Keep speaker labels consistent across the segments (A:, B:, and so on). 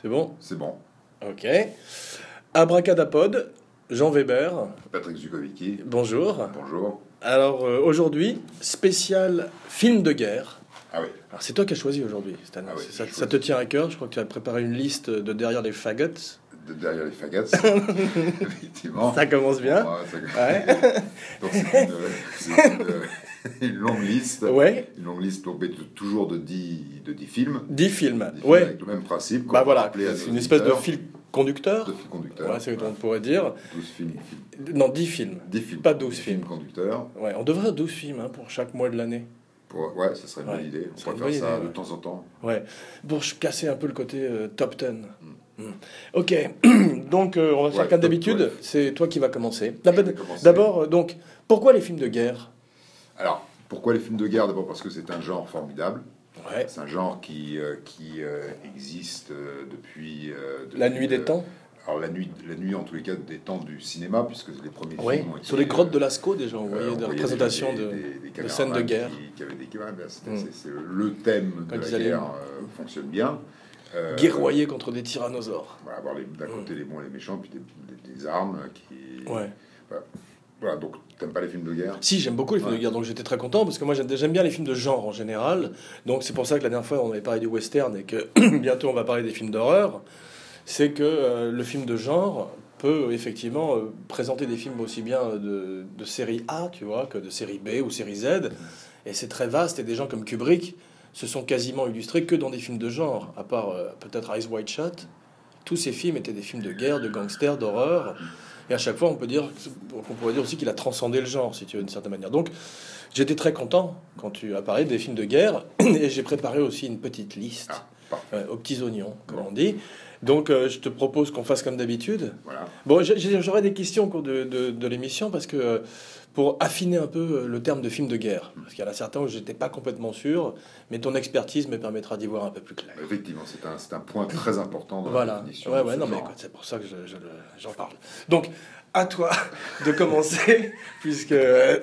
A: C'est bon
B: C'est bon.
A: Ok. Abracadapod, Jean Weber,
B: Patrick Zukovicki,
A: bonjour.
B: bonjour.
A: Alors euh, aujourd'hui, spécial film de guerre.
B: Ah oui,
A: Alors c'est toi qui as choisi aujourd'hui, Stan.
B: Ah oui,
A: C'est ça,
B: j'ai
A: ça te tient à cœur. Je crois que tu as préparé une liste de derrière les fagots.
B: de derrière les fagots, effectivement.
A: Ça commence bien.
B: Ouais, ça-
A: Ouais.
B: Donc c'est une, c'est une- une longue liste.
A: Ouais.
B: Une longue liste tombée de- toujours de 10 de dix films.
A: 10 films.
B: Dix films
A: Ouais.
B: Avec le même principe. qu'on
A: Bah
B: euh, peut
A: voilà,
B: rappeler à
A: c'est
B: nos
A: une espèce de
B: auditeurs,
A: fil conducteur.
B: de fil conducteur.
A: Ouais, c'est ce qu'on pourrait dire.
B: 12 films. films-
A: Non, 10 films.
B: 10 films.
A: Pas 12
B: Dix films
A: films.
B: conducteurs.
A: Ouais, on devrait 12 films hein, pour chaque mois de l'année.
B: Pour- ouais, ça serait une bonne
A: Ouais,
B: idée.
A: c'est
B: On
A: une
B: pourrait faire
A: bonne
B: ça
A: idée,
B: de
A: ouais.
B: temps en temps.
A: Ouais, pour ch- casser un peu le côté euh, top 10. Mm. Ok, donc euh, on va faire
B: Ouais,
A: comme
B: top
A: d'habitude,
B: 12.
A: c'est toi qui vas commencer. D'ab-
B: Je vais commencer.
A: D'abord, euh, donc, pourquoi les films de guerre
B: Alors, pourquoi les films de guerre D'abord parce que c'est un genre formidable.
A: Ouais,
B: C'est un genre qui, euh, qui euh, existe euh, depuis, euh, depuis,
A: la nuit
B: euh,
A: des temps
B: Alors la nuit, la nuit en tous les cas des temps du cinéma, puisque les premiers
A: Ouais,
B: films ont été,
A: sur les grottes de Lascaux déjà, on
B: euh,
A: voyait
B: on
A: des
B: voyait
A: représentations
B: des-
A: de...
B: des- des caméramans
A: scènes de guerre.
B: qui- qui avaient des caméras. Ben, c'était-
A: Mm.
B: c'est- C'est le thème
A: Quand
B: de
A: ils
B: la
A: allaient-
B: guerre euh, fonctionne bien. Euh,
A: guerroyer contre des tyrannosaures.
B: Voilà, avoir les- d'un côté les bons et les méchants, puis des, des- des armes qui.
A: Mm. Ouais.
B: Voilà, donc t'aimes pas les films de guerre
A: Si, j'aime beaucoup les films de
B: Ouais.
A: guerre, donc j'étais très content, parce que moi j'aime j'aime bien les films de genre en général. Donc c'est pour ça que la dernière fois on avait parlé du western et que bientôt on va parler des films d'horreur. C'est que euh, le film de genre peut effectivement euh, présenter des films aussi bien euh, de, de série A, tu vois, que de série B ou série Z. Et c'est très vaste, et des gens comme Kubrick se sont quasiment illustrés que dans des films de genre, à part euh, peut-être Ice White Shot. Tous ces films étaient des films de guerre, de gangsters, d'horreur. Et à chaque fois, on peut dire, on pourrait dire aussi qu'il a transcendé le genre, si tu veux, d'une certaine manière. Donc, j'étais très content quand tu as parlé des films de guerre, et j'ai préparé aussi une petite liste
B: Ah, parfait.
A: euh, aux petits oignons, comme
B: Bon.
A: on dit. Donc, euh, je te propose qu'on fasse comme d'habitude.
B: Voilà.
A: Bon, j'ai- j'ai- j'aurais des questions au cours de, de- de l'émission, parce que euh, pour affiner un peu euh, le terme de film de guerre,
B: Hmm.
A: parce qu'il y en a certains où j'étais pas complètement sûr, mais ton expertise me permettra d'y voir un peu plus clair.
B: Effectivement, c'est un, c'est un point très important dans la
A: Voilà.
B: définition.
A: Ouais,
B: de
A: ouais,
B: ce
A: non, mais
B: genre.
A: écoute, c'est pour ça que je- je le- j'en parle. Donc, à toi de commencer, puisque euh,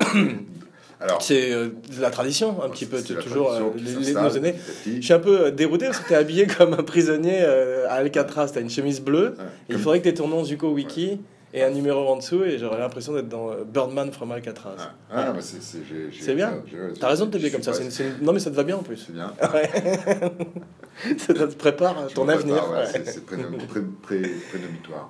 B: Alors,
A: c'est euh, la tradition, un petit peu,
B: c'est
A: tu-
B: la
A: toujours
B: tradition
A: euh,
B: qui
A: les- les-
B: s'installe
A: nos aînés.
B: petit à petit.
A: Je suis un peu euh, dérouté parce que t'es habillé comme un prisonnier euh, à Alcatraz, t'as une chemise bleue,
B: Ouais,
A: et il
B: comme-
A: faudrait que t'aies ton nom Zuko Wiki et un numéro en dessous, et j'aurais l'impression d'être dans euh, Birdman from Alcatraz.
B: Ah, ah, bah, c'est- c'est j'ai- j'ai-
A: C'est bien.
B: j'ai-
A: T'as raison de
B: je
A: t'habiller comme ça,
B: suis pas-
A: c'est une- c'est une- non mais ça te va bien en plus.
B: C'est bien.
A: Ouais. ça te prépare à
B: Je
A: ton
B: me
A: avenir.
B: prépare, ouais,
A: ouais.
B: c'est- C'est prénom- pré- pré- prénomitoire.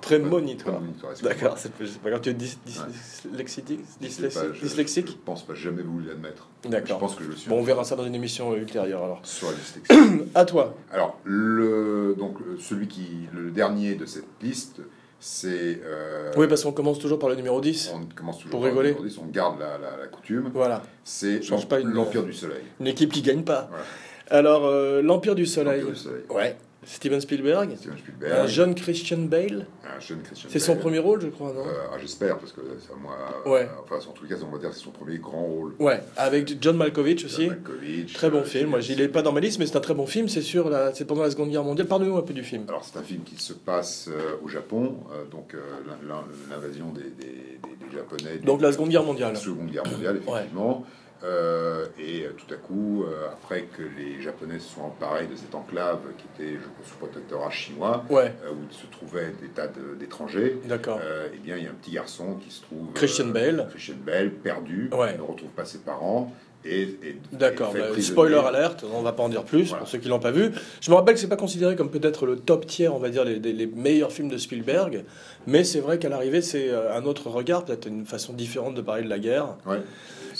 A: Prémonitoire.
B: Prémonitoire, excuse-moi.
A: D'accord, c'est c'est pas grave, tu es dys- dys-
B: Ouais.
A: dyslexique,
B: Je sais
A: dyslexique-
B: pas, je-
A: dyslexique
B: Je pense pas jamais voulu l'admettre.
A: D'accord.
B: Je pense que je le suis.
A: Bon, on verra ça dans une émission euh, ultérieure alors.
B: Sur la dyslexie.
A: À toi.
B: Alors, le, donc, euh, celui qui. Le dernier de cette liste, c'est. euh,
A: Oui, parce qu'on commence toujours par le numéro 10.
B: On commence toujours
A: Pour
B: par le
A: rigoler.
B: numéro 10, on garde la, la, la coutume.
A: Voilà,
B: C'est
A: Change
B: l'em-
A: pas une-
B: l'Empire du Soleil.
A: une équipe qui gagne pas.
B: Voilà.
A: Alors, euh, L'Empire du Soleil. Ah,
B: L'Empire du Soleil.
A: Ouais. Steven Spielberg.
B: Steven Spielberg.
A: Un jeune Christian Bale.
B: un jeune Christian
A: C'est son
B: Bale.
A: premier rôle, je crois, non
B: Euh, ah, J'espère, parce que ça, moi.
A: Ouais.
B: euh, enfin, en tout cas, on va dire que c'est son premier grand rôle.
A: Ouais, avec John Malkovich
B: John
A: aussi.
B: Malkovich,
A: Très bon
B: euh,
A: film. Moi, je l'ai pas dans ma liste, mais c'est un très bon film. C'est sur la... c'est pendant la Seconde Guerre mondiale. Parle-nous un peu du film.
B: Alors, c'est un film qui se passe euh, au Japon, euh, donc euh, l'in- l'in- l'invasion des, des- des- des Japonais. du-
A: Donc, la Seconde Guerre
B: la
A: mondiale.
B: Seconde Guerre mondiale, effectivement. Euh, et euh, tout à coup, euh, après que les Japonais se sont emparés de cette enclave qui était je- sous protectorat chinois,
A: Ouais,
B: euh, où se trouvaient des tas de- d'étrangers,
A: d'accord.
B: euh, eh bien, il y a un petit garçon qui se trouve.
A: Ah. Christian
B: euh,
A: Bale.
B: Christian Bale, perdu,
A: Ouais.
B: ne retrouve pas ses parents. Et, et- et
A: D'accord,
B: fait
A: bah,
B: prisonnier.
A: spoiler alerte, on va pas en dire plus
B: Voilà.
A: pour ceux qui l'ont pas vu. Je me rappelle que c'est pas considéré comme peut-être le top tiers, on va dire, les, des- les meilleurs films de Spielberg, mais c'est vrai qu'à l'arrivée, c'est euh, un autre regard, peut-être une façon différente de parler de la guerre.
B: Ouais.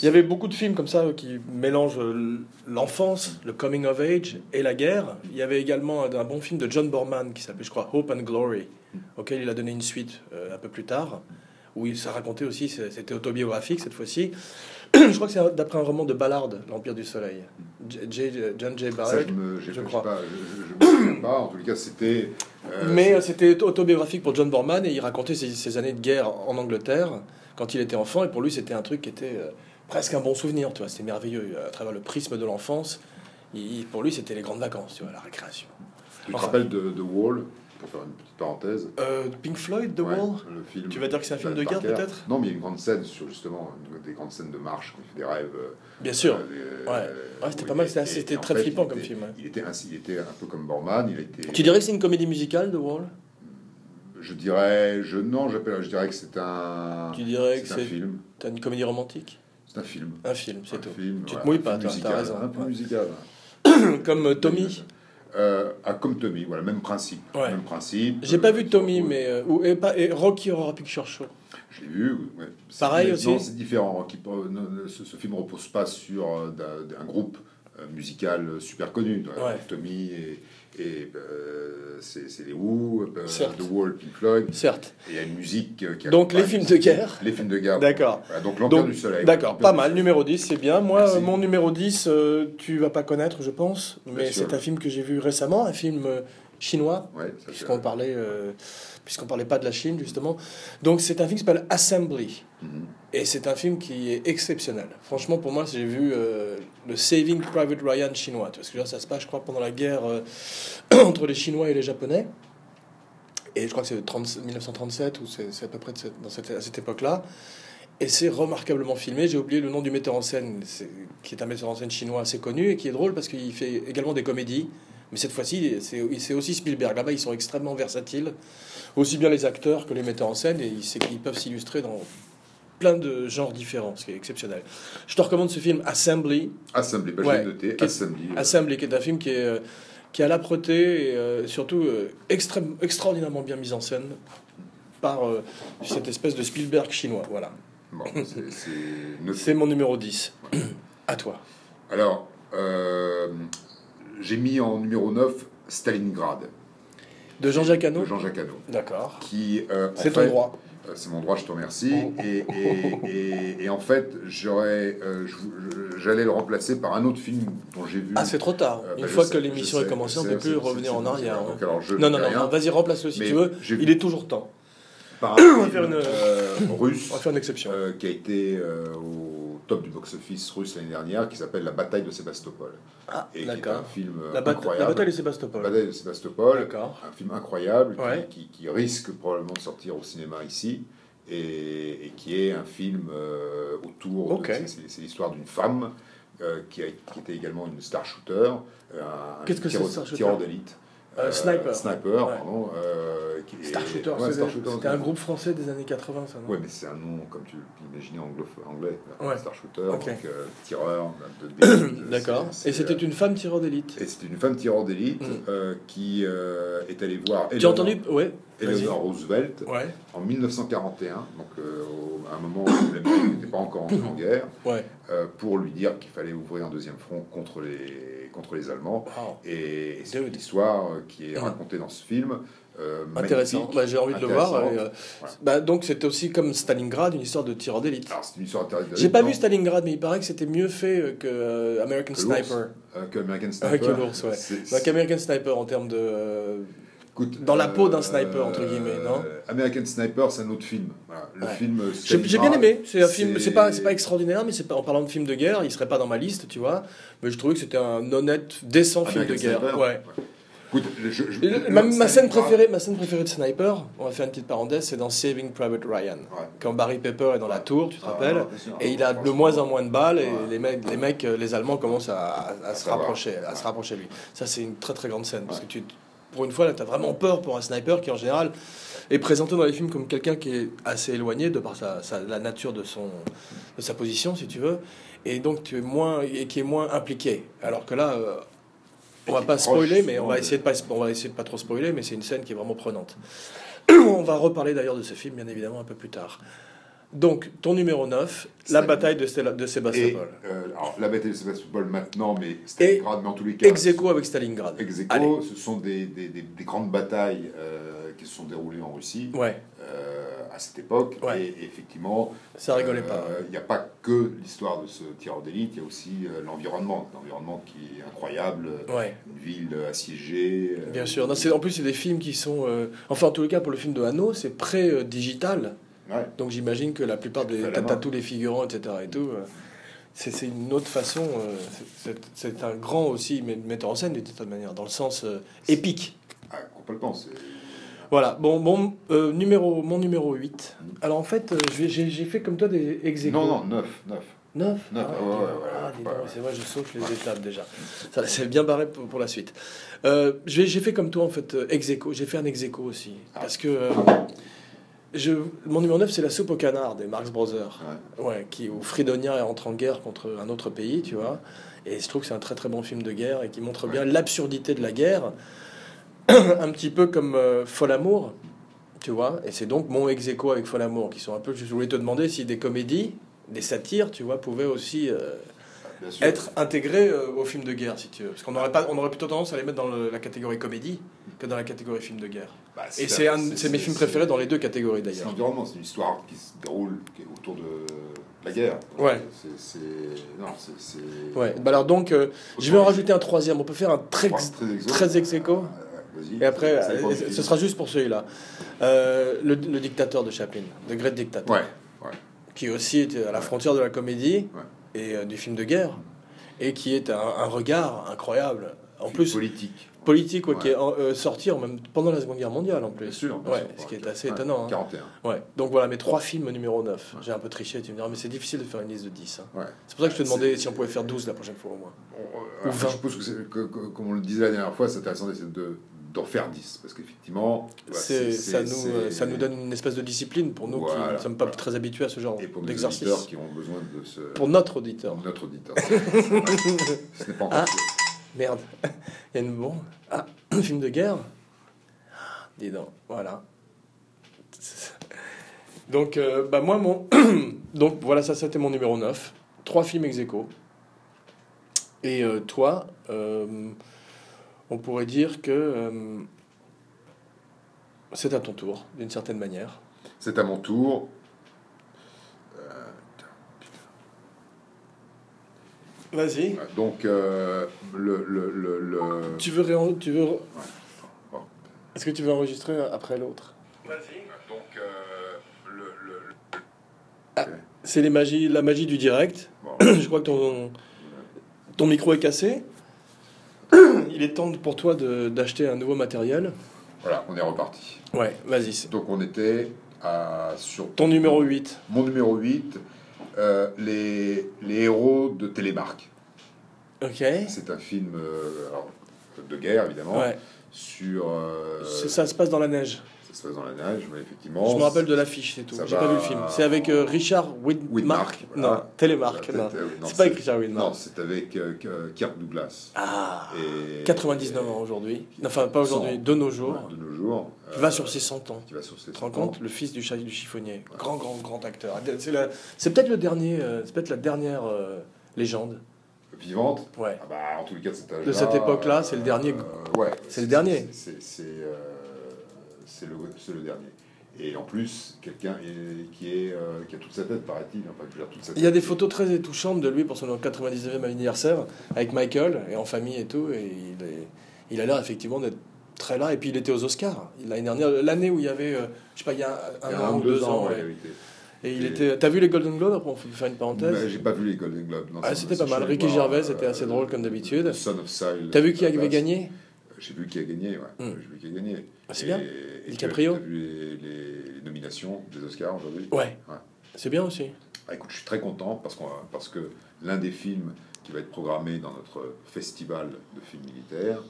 A: Il y avait beaucoup de films comme ça euh, qui mélangent euh, l'enfance, le coming of age et la guerre. Il y avait également un, un bon film de John Borman qui s'appelait, je crois, Hope and Glory, auquel il a donné une suite euh, un peu plus tard, où il s'est raconté aussi, c'est- c'était autobiographique cette fois-ci. je crois que c'est un- d'après un roman de Ballard, L'Empire du Soleil. J- J- John J.
B: Ça,
A: Ballard.
B: je me, j'ai-
A: je
B: j'ai
A: crois.
B: Pas, je, je- je me souviens pas. En tout cas, c'était. euh,
A: Mais euh, c'était autobiographique pour John Borman et il racontait ses, ses années de guerre en Angleterre quand il était enfant et pour lui c'était un truc qui était euh, presque un bon souvenir, tu vois, c'était merveilleux euh, à travers le prisme de l'enfance. il- pour lui c'était les grandes vacances, tu vois, la récréation.
B: Tu te
A: Enfin.
B: rappelles de, de Wall pour faire une petite parenthèse.
A: Euh, Pink Floyd, The
B: Ouais,
A: Wall
B: le film,
A: Tu vas dire que c'est un film de
B: Parker.
A: guerre, peut-être
B: Non, mais il y a une grande scène sur justement une- des grandes scènes de marche quand il fait des rêves. euh,
A: Bien sûr.
B: euh,
A: Ouais.
B: euh,
A: Ouais, c'était
B: où
A: pas
B: il
A: mal, c'était-
B: était-
A: c'était
B: et en
A: très
B: fait,
A: flippant
B: il
A: comme
B: était-
A: film, ouais.
B: Il était ainsi, il était un peu comme Borman, il était.
A: Tu dirais que c'est une comédie musicale, The Wall
B: Je dirais, je non, j'appelle, je dirais que c'est un.
A: Tu dirais que
B: c'est un
A: c'est
B: film.
A: t'as une comédie romantique
B: C'est un film.
A: Un film, c'est
B: Un
A: tout.
B: film,
A: Tu te
B: ouais,
A: mouilles
B: un
A: pas,
B: film
A: toi, t'as
B: musical,
A: raison.
B: Un peu
A: Ouais.
B: musical.
A: Comme euh, Tommy.
B: Euh, ah, comme Tommy, voilà, même principe.
A: Ouais.
B: Même principe.
A: J'ai
B: euh,
A: pas vu
B: qui
A: Tommy,
B: se repose.
A: mais euh, ou et, pas, et Rocky Horror Picture Show.
B: Je l'ai vu. ouais. C'est-
A: Pareil
B: mais
A: aussi
B: Non, c'est différent. Qui, euh, non, non, ce, ce film repose pas sur euh, d'un, un groupe euh, musical super connu. toi.
A: Ouais.
B: Tommy et, et, euh, c'est, c'est les Who, euh,
A: Certes.
B: The Wall, Pink Floyd.
A: Certes.
B: Et il y a une musique euh, qui
A: Donc, les
B: accompagne-
A: films de guerre.
B: Les films de guerre.
A: D'accord.
B: Voilà, donc l'Empire
A: Donc,
B: du Soleil.
A: d'accord,
B: L'Empire
A: pas
B: du
A: mal.
B: Soleil.
A: Numéro 10, c'est bien. Moi,
B: Merci.
A: euh, mon numéro 10, euh, tu vas pas connaître, je pense, mais
B: sûr.
A: c'est un film que j'ai vu récemment, un film euh, chinois,
B: Ouais, ça, c'est-
A: puisqu'on parlait, euh, puisqu'on parlait pas de la Chine, justement. Donc, c'est un film qui s'appelle Assembly.
B: Mhm.
A: Et c'est un film qui est exceptionnel. Franchement, pour moi, j'ai vu euh, le Saving Private Ryan chinois. Tu vois ce que je veux dire Ça se passe, je crois, pendant la guerre euh, entre les Chinois et les Japonais. Et je crois que c'est 30 1937, ou c'est c'est à peu près de cette- dans cette, à cette époque-là. Et c'est remarquablement filmé. J'ai oublié le nom du metteur en scène, c'est- qui est un metteur en scène chinois assez connu et qui est drôle parce qu'il fait également des comédies. Mais cette fois-ci, c'est c'est aussi Spielberg. Là-bas, ils sont extrêmement versatiles, aussi bien les acteurs que les metteurs en scène, et ils, c'est qu'ils peuvent s'illustrer dans plein de genres différents, ce qui est exceptionnel. Je te recommande ce film Assembly,
B: Assembly, bah,
A: Ouais.
B: je l'ai noté.
A: Qu'est-
B: Assembly. euh,
A: Assembly, qui est un film qui est, euh, qui est à l'âpreté et euh, surtout euh, extrême, extraordinairement bien mis en scène par euh, cette espèce de Spielberg chinois. Voilà.
B: bon, c'est, c'est noté.
A: C'est mon numéro 10. à toi.
B: Alors, euh, j'ai mis en numéro 9 Stalingrad
A: De Jean-Jacques Hano
B: de Jean-Jacques Hano.
A: D'accord.
B: Qui, euh, en
A: C'est ton
B: fait-
A: droit. Oh.
B: Euh, C'est mon droit, je te remercie. Et, et- et- et en fait, j'aurais, euh, je vou- je- j'allais le remplacer par un autre film dont j'ai vu.
A: Ah, c'est trop tard.
B: Euh, bah,
A: Une
B: je
A: fois
B: sais,
A: que l'émission
B: je
A: est
B: sais,
A: commencée, on
B: je
A: ne peut
B: sais,
A: plus
B: c'est-
A: revenir
B: c'est-
A: en
B: c'est-
A: arrière. hein.
B: donc, alors, je
A: Non,
B: ne
A: non,
B: fais
A: non,
B: rien.
A: non, vas-y, remplace-le si
B: Mais
A: tu veux.
B: j'ai vu-
A: Il est toujours temps.
B: Par un
A: va
B: film,
A: faire une-
B: euh, russe
A: On va faire une exception.
B: euh, qui a été euh, au top du box-office russe l'année dernière, qui s'appelle La bataille de Sébastopol.
A: Ah,
B: Et qui est un
A: d'accord.
B: film euh,
A: La, bata- la
B: incroyable.
A: bataille de
B: La
A: Sébastopol.
B: bataille de Sébastopol,
A: D'accord.
B: un film incroyable qui-
A: Ouais.
B: qui, qui risque probablement de sortir au cinéma ici et, et qui est un film euh, autour.
A: Ok.
B: De, c'est- c'est c'est l'histoire d'une femme euh, qui, a- qui était également une star shooter, euh, un- un
A: Qu'est-ce que c'est,
B: tiro-
A: star shooter
B: tireur d'élite.
A: Euh, sniper.
B: Sniper,
A: Ouais.
B: pardon. euh, qui-
A: Star
B: et-
A: Shooter,
B: ouais, Star Shooter,
A: c'était un groupe français des années 80, ça, non
B: Ouais, mais c'est un nom, comme tu l'imagines, anglo anglais. Bah,
A: Ouais.
B: Star shooter,
A: Ok.
B: donc euh, tireur. de- de- de-
A: D'accord.
B: c'est-
A: Et c'était
B: euh,
A: une femme tireur d'élite.
B: et c'était une femme tireur d'élite
A: Mm.
B: euh, qui euh, est allée voir
A: Tu as
B: Eleanor,
A: entendu Ouais. Vas-y.
B: Eleanor Roosevelt
A: Ouais.
B: en 1941, donc euh, au- à un moment où l'Amérique n'était pas encore entrée en guerre,
A: Ouais.
B: euh, pour lui dire qu'il fallait ouvrir un deuxième front contre les, contre les Allemands.
A: Wow.
B: Et, et c'est
A: Dude.
B: une histoire euh, qui est
A: Mm.
B: racontée dans ce film. euh,
A: Intéressant.
B: magnifique.
A: Bah, J'ai envie de le voir.
B: Intéressant.
A: et, euh,
B: Voilà.
A: bah, donc c'était aussi comme Stalingrad, une histoire de tireur d'élite.
B: Alors, c'est une histoire intéressante.
A: J'ai pas
B: Ah, Non,
A: vu Stalingrad, mais il paraît que c'était mieux fait euh, que euh, American
B: Que l'ours.
A: Sniper.
B: euh, que American
A: Ah,
B: Sniper.
A: que l'ours, ouais.
B: C'est-
A: Donc
B: c'est-
A: American Sniper en termes de. euh,
B: écoute,
A: dans la peau d'un
B: euh,
A: sniper, entre guillemets, non
B: American Sniper, c'est un autre film. Voilà. Le
A: Ouais.
B: film. euh,
A: J'ai j'ai bien
B: Stalingrad,
A: aimé. C'est un film. C'est pas, c'est pas extraordinaire, mais c'est pas. En parlant de film de guerre, il serait pas dans ma liste, tu vois. Mais je trouvais que c'était un honnête, décent film de
B: American
A: guerre.
B: Sniper.
A: Ouais.
B: Écoute, je- je- je-
A: Et le- ma,
B: le-
A: ma scène
B: Stalingrad-
A: préférée, ma scène préférée de Sniper, on va faire une petite parenthèse, c'est dans Saving Private Ryan.
B: Ouais.
A: Quand Barry Pepper est dans la tour, tu te
B: Ah,
A: rappelles
B: bien sûr.
A: et il a de moins en moins de balles, et
B: Ouais.
A: les, mecs, les mecs, euh, les Allemands commencent à, à- à se
B: Ça va.
A: rapprocher, à se
B: Ouais.
A: rapprocher de lui. Ça, c'est une très très grande scène, parce que tu, pour une fois, là, t'as vraiment peur pour un sniper qui, en général, est présenté dans les films comme quelqu'un qui est assez éloigné de par sa, sa- la nature de, son, de sa position, si tu veux, et donc tu es moins, et qui est moins impliqué. Alors que là, euh, on va
B: qui
A: pas
B: proche
A: spoiler, mais on
B: souvent
A: va
B: de-
A: essayer de pas, on va essayer de pas trop spoiler, mais c'est une scène qui est vraiment prenante. on va reparler d'ailleurs de ce film, bien évidemment, un peu plus tard. Donc, ton numéro 9, la
B: Stalingrad.
A: bataille de, Stella- de
B: Et,
A: Sébastopol.
B: euh, alors, la bataille de Sébastopol maintenant, mais Stalingrad, mais en tous les cas.
A: Ex aequo avec Stalingrad.
B: ex aequo,
A: Allez.
B: ce sont des, des- des- des grandes batailles euh, qui se sont déroulées en Russie
A: Ouais,
B: euh, à cette époque.
A: Ouais.
B: Et, et effectivement,
A: ça rigolait
B: euh,
A: pas.
B: Il n'y a pas que l'histoire de ce tireur d'élite, il y a aussi euh, l'environnement. L'environnement qui est incroyable,
A: Ouais,
B: une ville assiégée. euh,
A: bien sûr. Non, c'est- en plus, c'est des films qui sont. euh, enfin, en tous les cas, pour le film de Hanno, c'est pré-digital.
B: ouais.
A: Donc, j'imagine que la plupart des.
B: Fait à la
A: T'as
B: main.
A: t'as tous les figurants, etc. et tout. euh, c'est c'est une autre façon. euh, c'est- c'est- c'est un grand aussi mais metteur en scène, d'une certaine manière, dans le sens euh, épique.
B: Ah, complètement. c'est-
A: Voilà, bon, bon euh, numéro, mon numéro 8. Alors en fait, euh, je vais- j'ai j'ai fait comme toi des ex aequo.
B: Non, non, 9, 9.
A: 9
B: Neuf, ah ouais, ouais, ouais, ouais, ouais.
A: C'est moi, je saute les étapes déjà. Ça, c'est bien barré pour, pour la suite. Euh, j'ai j'ai fait comme toi, en fait, euh, ex aequo. J'ai fait un ex aequo aussi.
B: Ah.
A: Parce que euh, je, mon numéro 9, c'est la soupe au canard des Marx Brothers. Ouais, qui, où Fridonia rentre en guerre contre un autre pays, tu vois. Et il se trouve que c'est un très très bon film de guerre et qui montre bien l'absurdité de la guerre, un petit peu comme euh, Fol Amour, tu vois. Et c'est donc mon ex aequo avec Fol Amour, qui sont un peu. Je voulais te demander si des comédies, des satires, tu vois, pouvaient aussi euh,
B: Bien sûr.
A: être intégrées euh, au film de guerre, si tu veux. Parce qu'on aurait, pas, on aurait plutôt tendance à les mettre dans le- la catégorie comédie que dans la catégorie film de guerre.
B: Bah,
A: Et
B: la-
A: c'est un- c'est mes films préférés dans les deux catégories
B: C'est
A: d'ailleurs.
B: l'environnement, c'est une histoire qui se déroule qui est autour de la guerre.
A: Ouais.
B: C'est- C'est. Non, c'est- c'est.
A: Ouais, bah alors donc, euh, je vais en rajouter un troisième. On peut faire un très,
B: Trois, très exo.
A: très ex aequo.
B: Ouais, vas-y.
A: Et après,
B: Ça dépend
A: euh,
B: du
A: ce
B: film.
A: ce sera juste pour celui-là. Euh, le, le dictateur de Chaplin, The Great Dictator,
B: Ouais, ouais.
A: qui aussi était à la frontière de la comédie et euh, du film de guerre, et qui est un, un regard incroyable. En
B: Film
A: plus,
B: Politique.
A: politique, quoi, qui
B: Ouais.
A: est en- euh, sorti en même, pendant la Seconde Guerre mondiale, en plus.
B: Bien sûr. bien
A: Ouais,
B: sûr.
A: ce qui est assez
B: Ouais,
A: étonnant, hein.
B: 41.
A: Ouais. Donc voilà, mes trois films numéro 9.
B: Ouais.
A: J'ai un peu triché, tu me diras, mais c'est difficile de faire une liste de 10. hein.
B: Ouais.
A: C'est pour ça que je te
B: C'est-
A: demandais si on pouvait faire 12 la prochaine fois au moins.
B: On-
A: Ou
B: euh,
A: vingt.
B: je pense que, c'est- que- que- comme on le disait la dernière fois, c'est intéressant d'essayer de- d'en faire 10. Parce qu'effectivement, bah,
A: C'est- ça,
B: c'est- c'est-
A: nous,
B: c'est-
A: euh, ça nous donne une espèce de discipline pour nous qui
B: Voilà,
A: ne sommes pas
B: voilà.
A: très habitués à ce genre
B: Et pour nos
A: d'exercice.
B: auditeurs qui ont besoin de ce.
A: Pour notre auditeur.
B: notre auditeur. Ce n'est pas encore
A: Ah.
B: fait.
A: Merde, il y a une bombe. Ah, un film de guerre Dis donc, voilà. Donc, euh, bah moi, mon... donc voilà, ça c'était mon numéro 9. Trois films ex aequo. Et euh, toi, euh, on pourrait dire que euh, c'est à ton tour, d'une certaine manière.
B: C'est à mon tour. Euh,
A: Vas-y.
B: ouais, donc, euh, le. le, le, le-
A: Tu veux... réen- Tu veux... Est-ce que tu veux enregistrer après l'autre
B: Donc, euh, le- le- le-
A: C'est les magies, la magie du direct.
B: bon.
A: Je crois que ton, ton micro est cassé. Il est temps pour toi de- d'acheter un nouveau matériel.
B: Voilà, on est reparti.
A: Ouais, vas-y. c'est-
B: Donc, on était à, sur.
A: Ton numéro 8.
B: Mon numéro 8, euh, les, les héros de Télémark.
A: Ok.
B: C'est un film euh, alors, de guerre, évidemment.
A: Ouais.
B: Sur. euh,
A: C'est- Ça se passe dans la neige.
B: Ça se passe dans la neige, mais effectivement.
A: Je me rappelle de l'affiche, c'est tout.
B: ça
A: J'ai
B: va-
A: pas vu le film. C'est avec euh, Richard Widmark.
B: Widmark, voilà.
A: Non, Télémark. non. C'est pas avec Richard Widmark.
B: euh, Non, c'est avec euh, K- Kirk Douglas.
A: Ah.
B: Et-
A: 99 ans aujourd'hui. Enfin, pas aujourd'hui, de nos jours.
B: Ouais, de nos jours.
A: Qui
B: euh,
A: va sur ses 100 ans.
B: Qui va sur ses
A: Tu te rends
B: 100 ans.
A: compte Le fils du, cha- du chiffonnier. Grand, grand, grand acteur. Ah, C'est la- c'est peut-être le dernier. euh, C'est peut-être la dernière euh, légende.
B: Vivante.
A: Ouais.
B: Ah bah, en tout cas, cet âge
A: De cette époque-là, c'est le dernier.
B: euh, ouais.
A: C'est le dernier.
B: C'est c'est, euh, c'est le, c'est le dernier. Et en plus, quelqu'un est- qui, est, euh, qui a toute sa tête, paraît-il. hein, Enfin, je veux dire, toute sa
A: Il y a
B: tête.
A: des photos très touchantes de lui pour son 99e anniversaire avec Michael et en famille et tout. Et il, est- il a l'air effectivement d'être très là. Et puis il était aux Oscars Il- l'année dernière, l'année où il y avait, euh, je sais pas, il y a un,
B: Il y a
A: an ou deux ans.
B: en
A: ouais.
B: réalité.
A: Et il
B: Et-
A: était. T'as vu les Golden Globes après On peut faire une
B: Bah,
A: parenthèse.
B: J'ai pas vu les Golden Globes. non,
A: Ah,
B: ça-
A: c'était
B: ça,
A: pas mal.
B: je vais
A: Ricky
B: voir,
A: Gervais,
B: euh,
A: c'était assez drôle comme d'habitude.
B: Son of Sile.
A: T'as vu qui avait
B: Douglas.
A: gagné
B: J'ai vu qui a gagné, ouais.
A: Mm.
B: J'ai vu qui a gagné.
A: C'est
B: Et-
A: bien.
B: et tu-
A: DiCaprio.
B: T'as vu les, les- les nominations des Oscars aujourd'hui
A: Ouais.
B: Ouais.
A: C'est bien aussi.
B: Ah, Écoute, je suis très content parce, qu'on va- parce que l'un des films qui va être programmé dans notre festival de films militaires.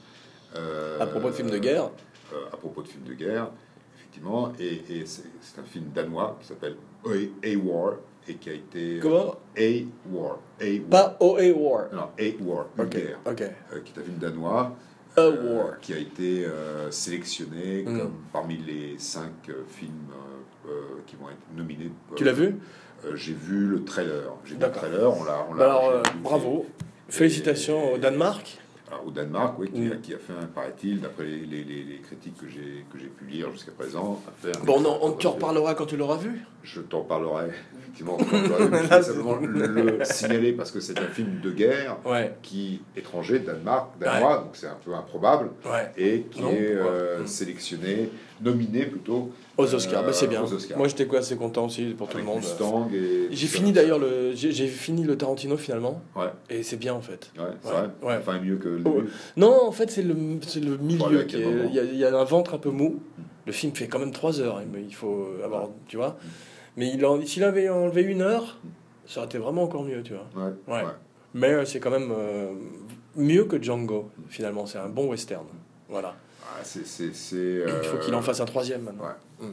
B: euh,
A: À propos de films de guerre.
B: euh, à propos de films de guerre, effectivement. Et, et c'est c'est un film danois qui s'appelle A- A-War et qui a été. euh,
A: Comment
B: A-War. A-War.
A: Pas OA War.
B: Non, A-War, une
A: Ok.
B: guerre,
A: Ok.
B: euh, qui est un film danois.
A: A
B: euh,
A: War.
B: qui a été euh, sélectionné
A: Mm.
B: comme parmi les cinq euh, films euh, euh, qui vont être nominés.
A: Tu
B: Euh,
A: l'as vu
B: euh, J'ai vu le trailer. J'ai vu le
A: D'accord.
B: trailer, on l'a. on l'a-
A: Bah Alors,
B: j'ai
A: euh,
B: vu.
A: bravo. Félicitations au Danemark.
B: Alors, au Danemark, oui, qui, a,
A: Mm.
B: qui a fait, un, paraît-il, d'après les, les- les- les critiques que j'ai que j'ai pu lire jusqu'à présent, a fait un
A: Bon,
B: excellent
A: non, on te
B: travail.
A: reparlera quand tu l'auras vu.
B: Je t'en parlerai, effectivement. quand j'aurai vu. Je
A: Là,
B: voulais simplement le, le signaler parce que c'est un film de guerre
A: Ouais,
B: qui, étranger, Danemark, danois, donc c'est un peu improbable,
A: ouais.
B: et qui
A: Non,
B: est
A: pourquoi
B: euh, sélectionné, nominé plutôt.
A: Aux Oscars,
B: Euh,
A: bah, c'est bien.
B: aux Oscars.
A: Moi, j'étais quoi assez content aussi pour tout le
B: avec
A: monde.
B: Mustang et.
A: J'ai fini d'ailleurs le, j'ai j'ai fini le Tarantino finalement,
B: Ouais,
A: et c'est bien en fait.
B: ouais, c'est
A: Ouais,
B: vrai.
A: ouais.
B: Enfin, mieux que. le
A: Oh,
B: début.
A: Non, en fait, c'est le, c'est le milieu
B: Voilà,
A: qui
B: quel
A: est-
B: moment.
A: Il y, a- il y a un ventre un peu mou, Le film fait quand même 3 heures, hein, mais il faut avoir, tu vois. Mais il en, s'il avait enlevé une heure, ça aurait été vraiment encore mieux, tu vois.
B: Ouais.
A: Ouais. Mais euh, c'est quand même euh, mieux que Django, finalement. C'est un bon western. Voilà.
B: Ah, c'est, c'est, c'est,
A: Il faut qu'il
B: euh,
A: en fasse un troisième maintenant.
B: ouais.
A: Mm.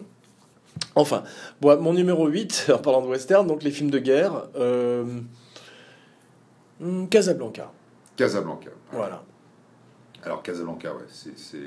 A: Enfin, bon, mon numéro 8, en parlant de western, donc les films de guerre. euh, hmm, Casablanca.
B: Casablanca.
A: Voilà.
B: Alors Casablanca, ouais, c'est, c'est,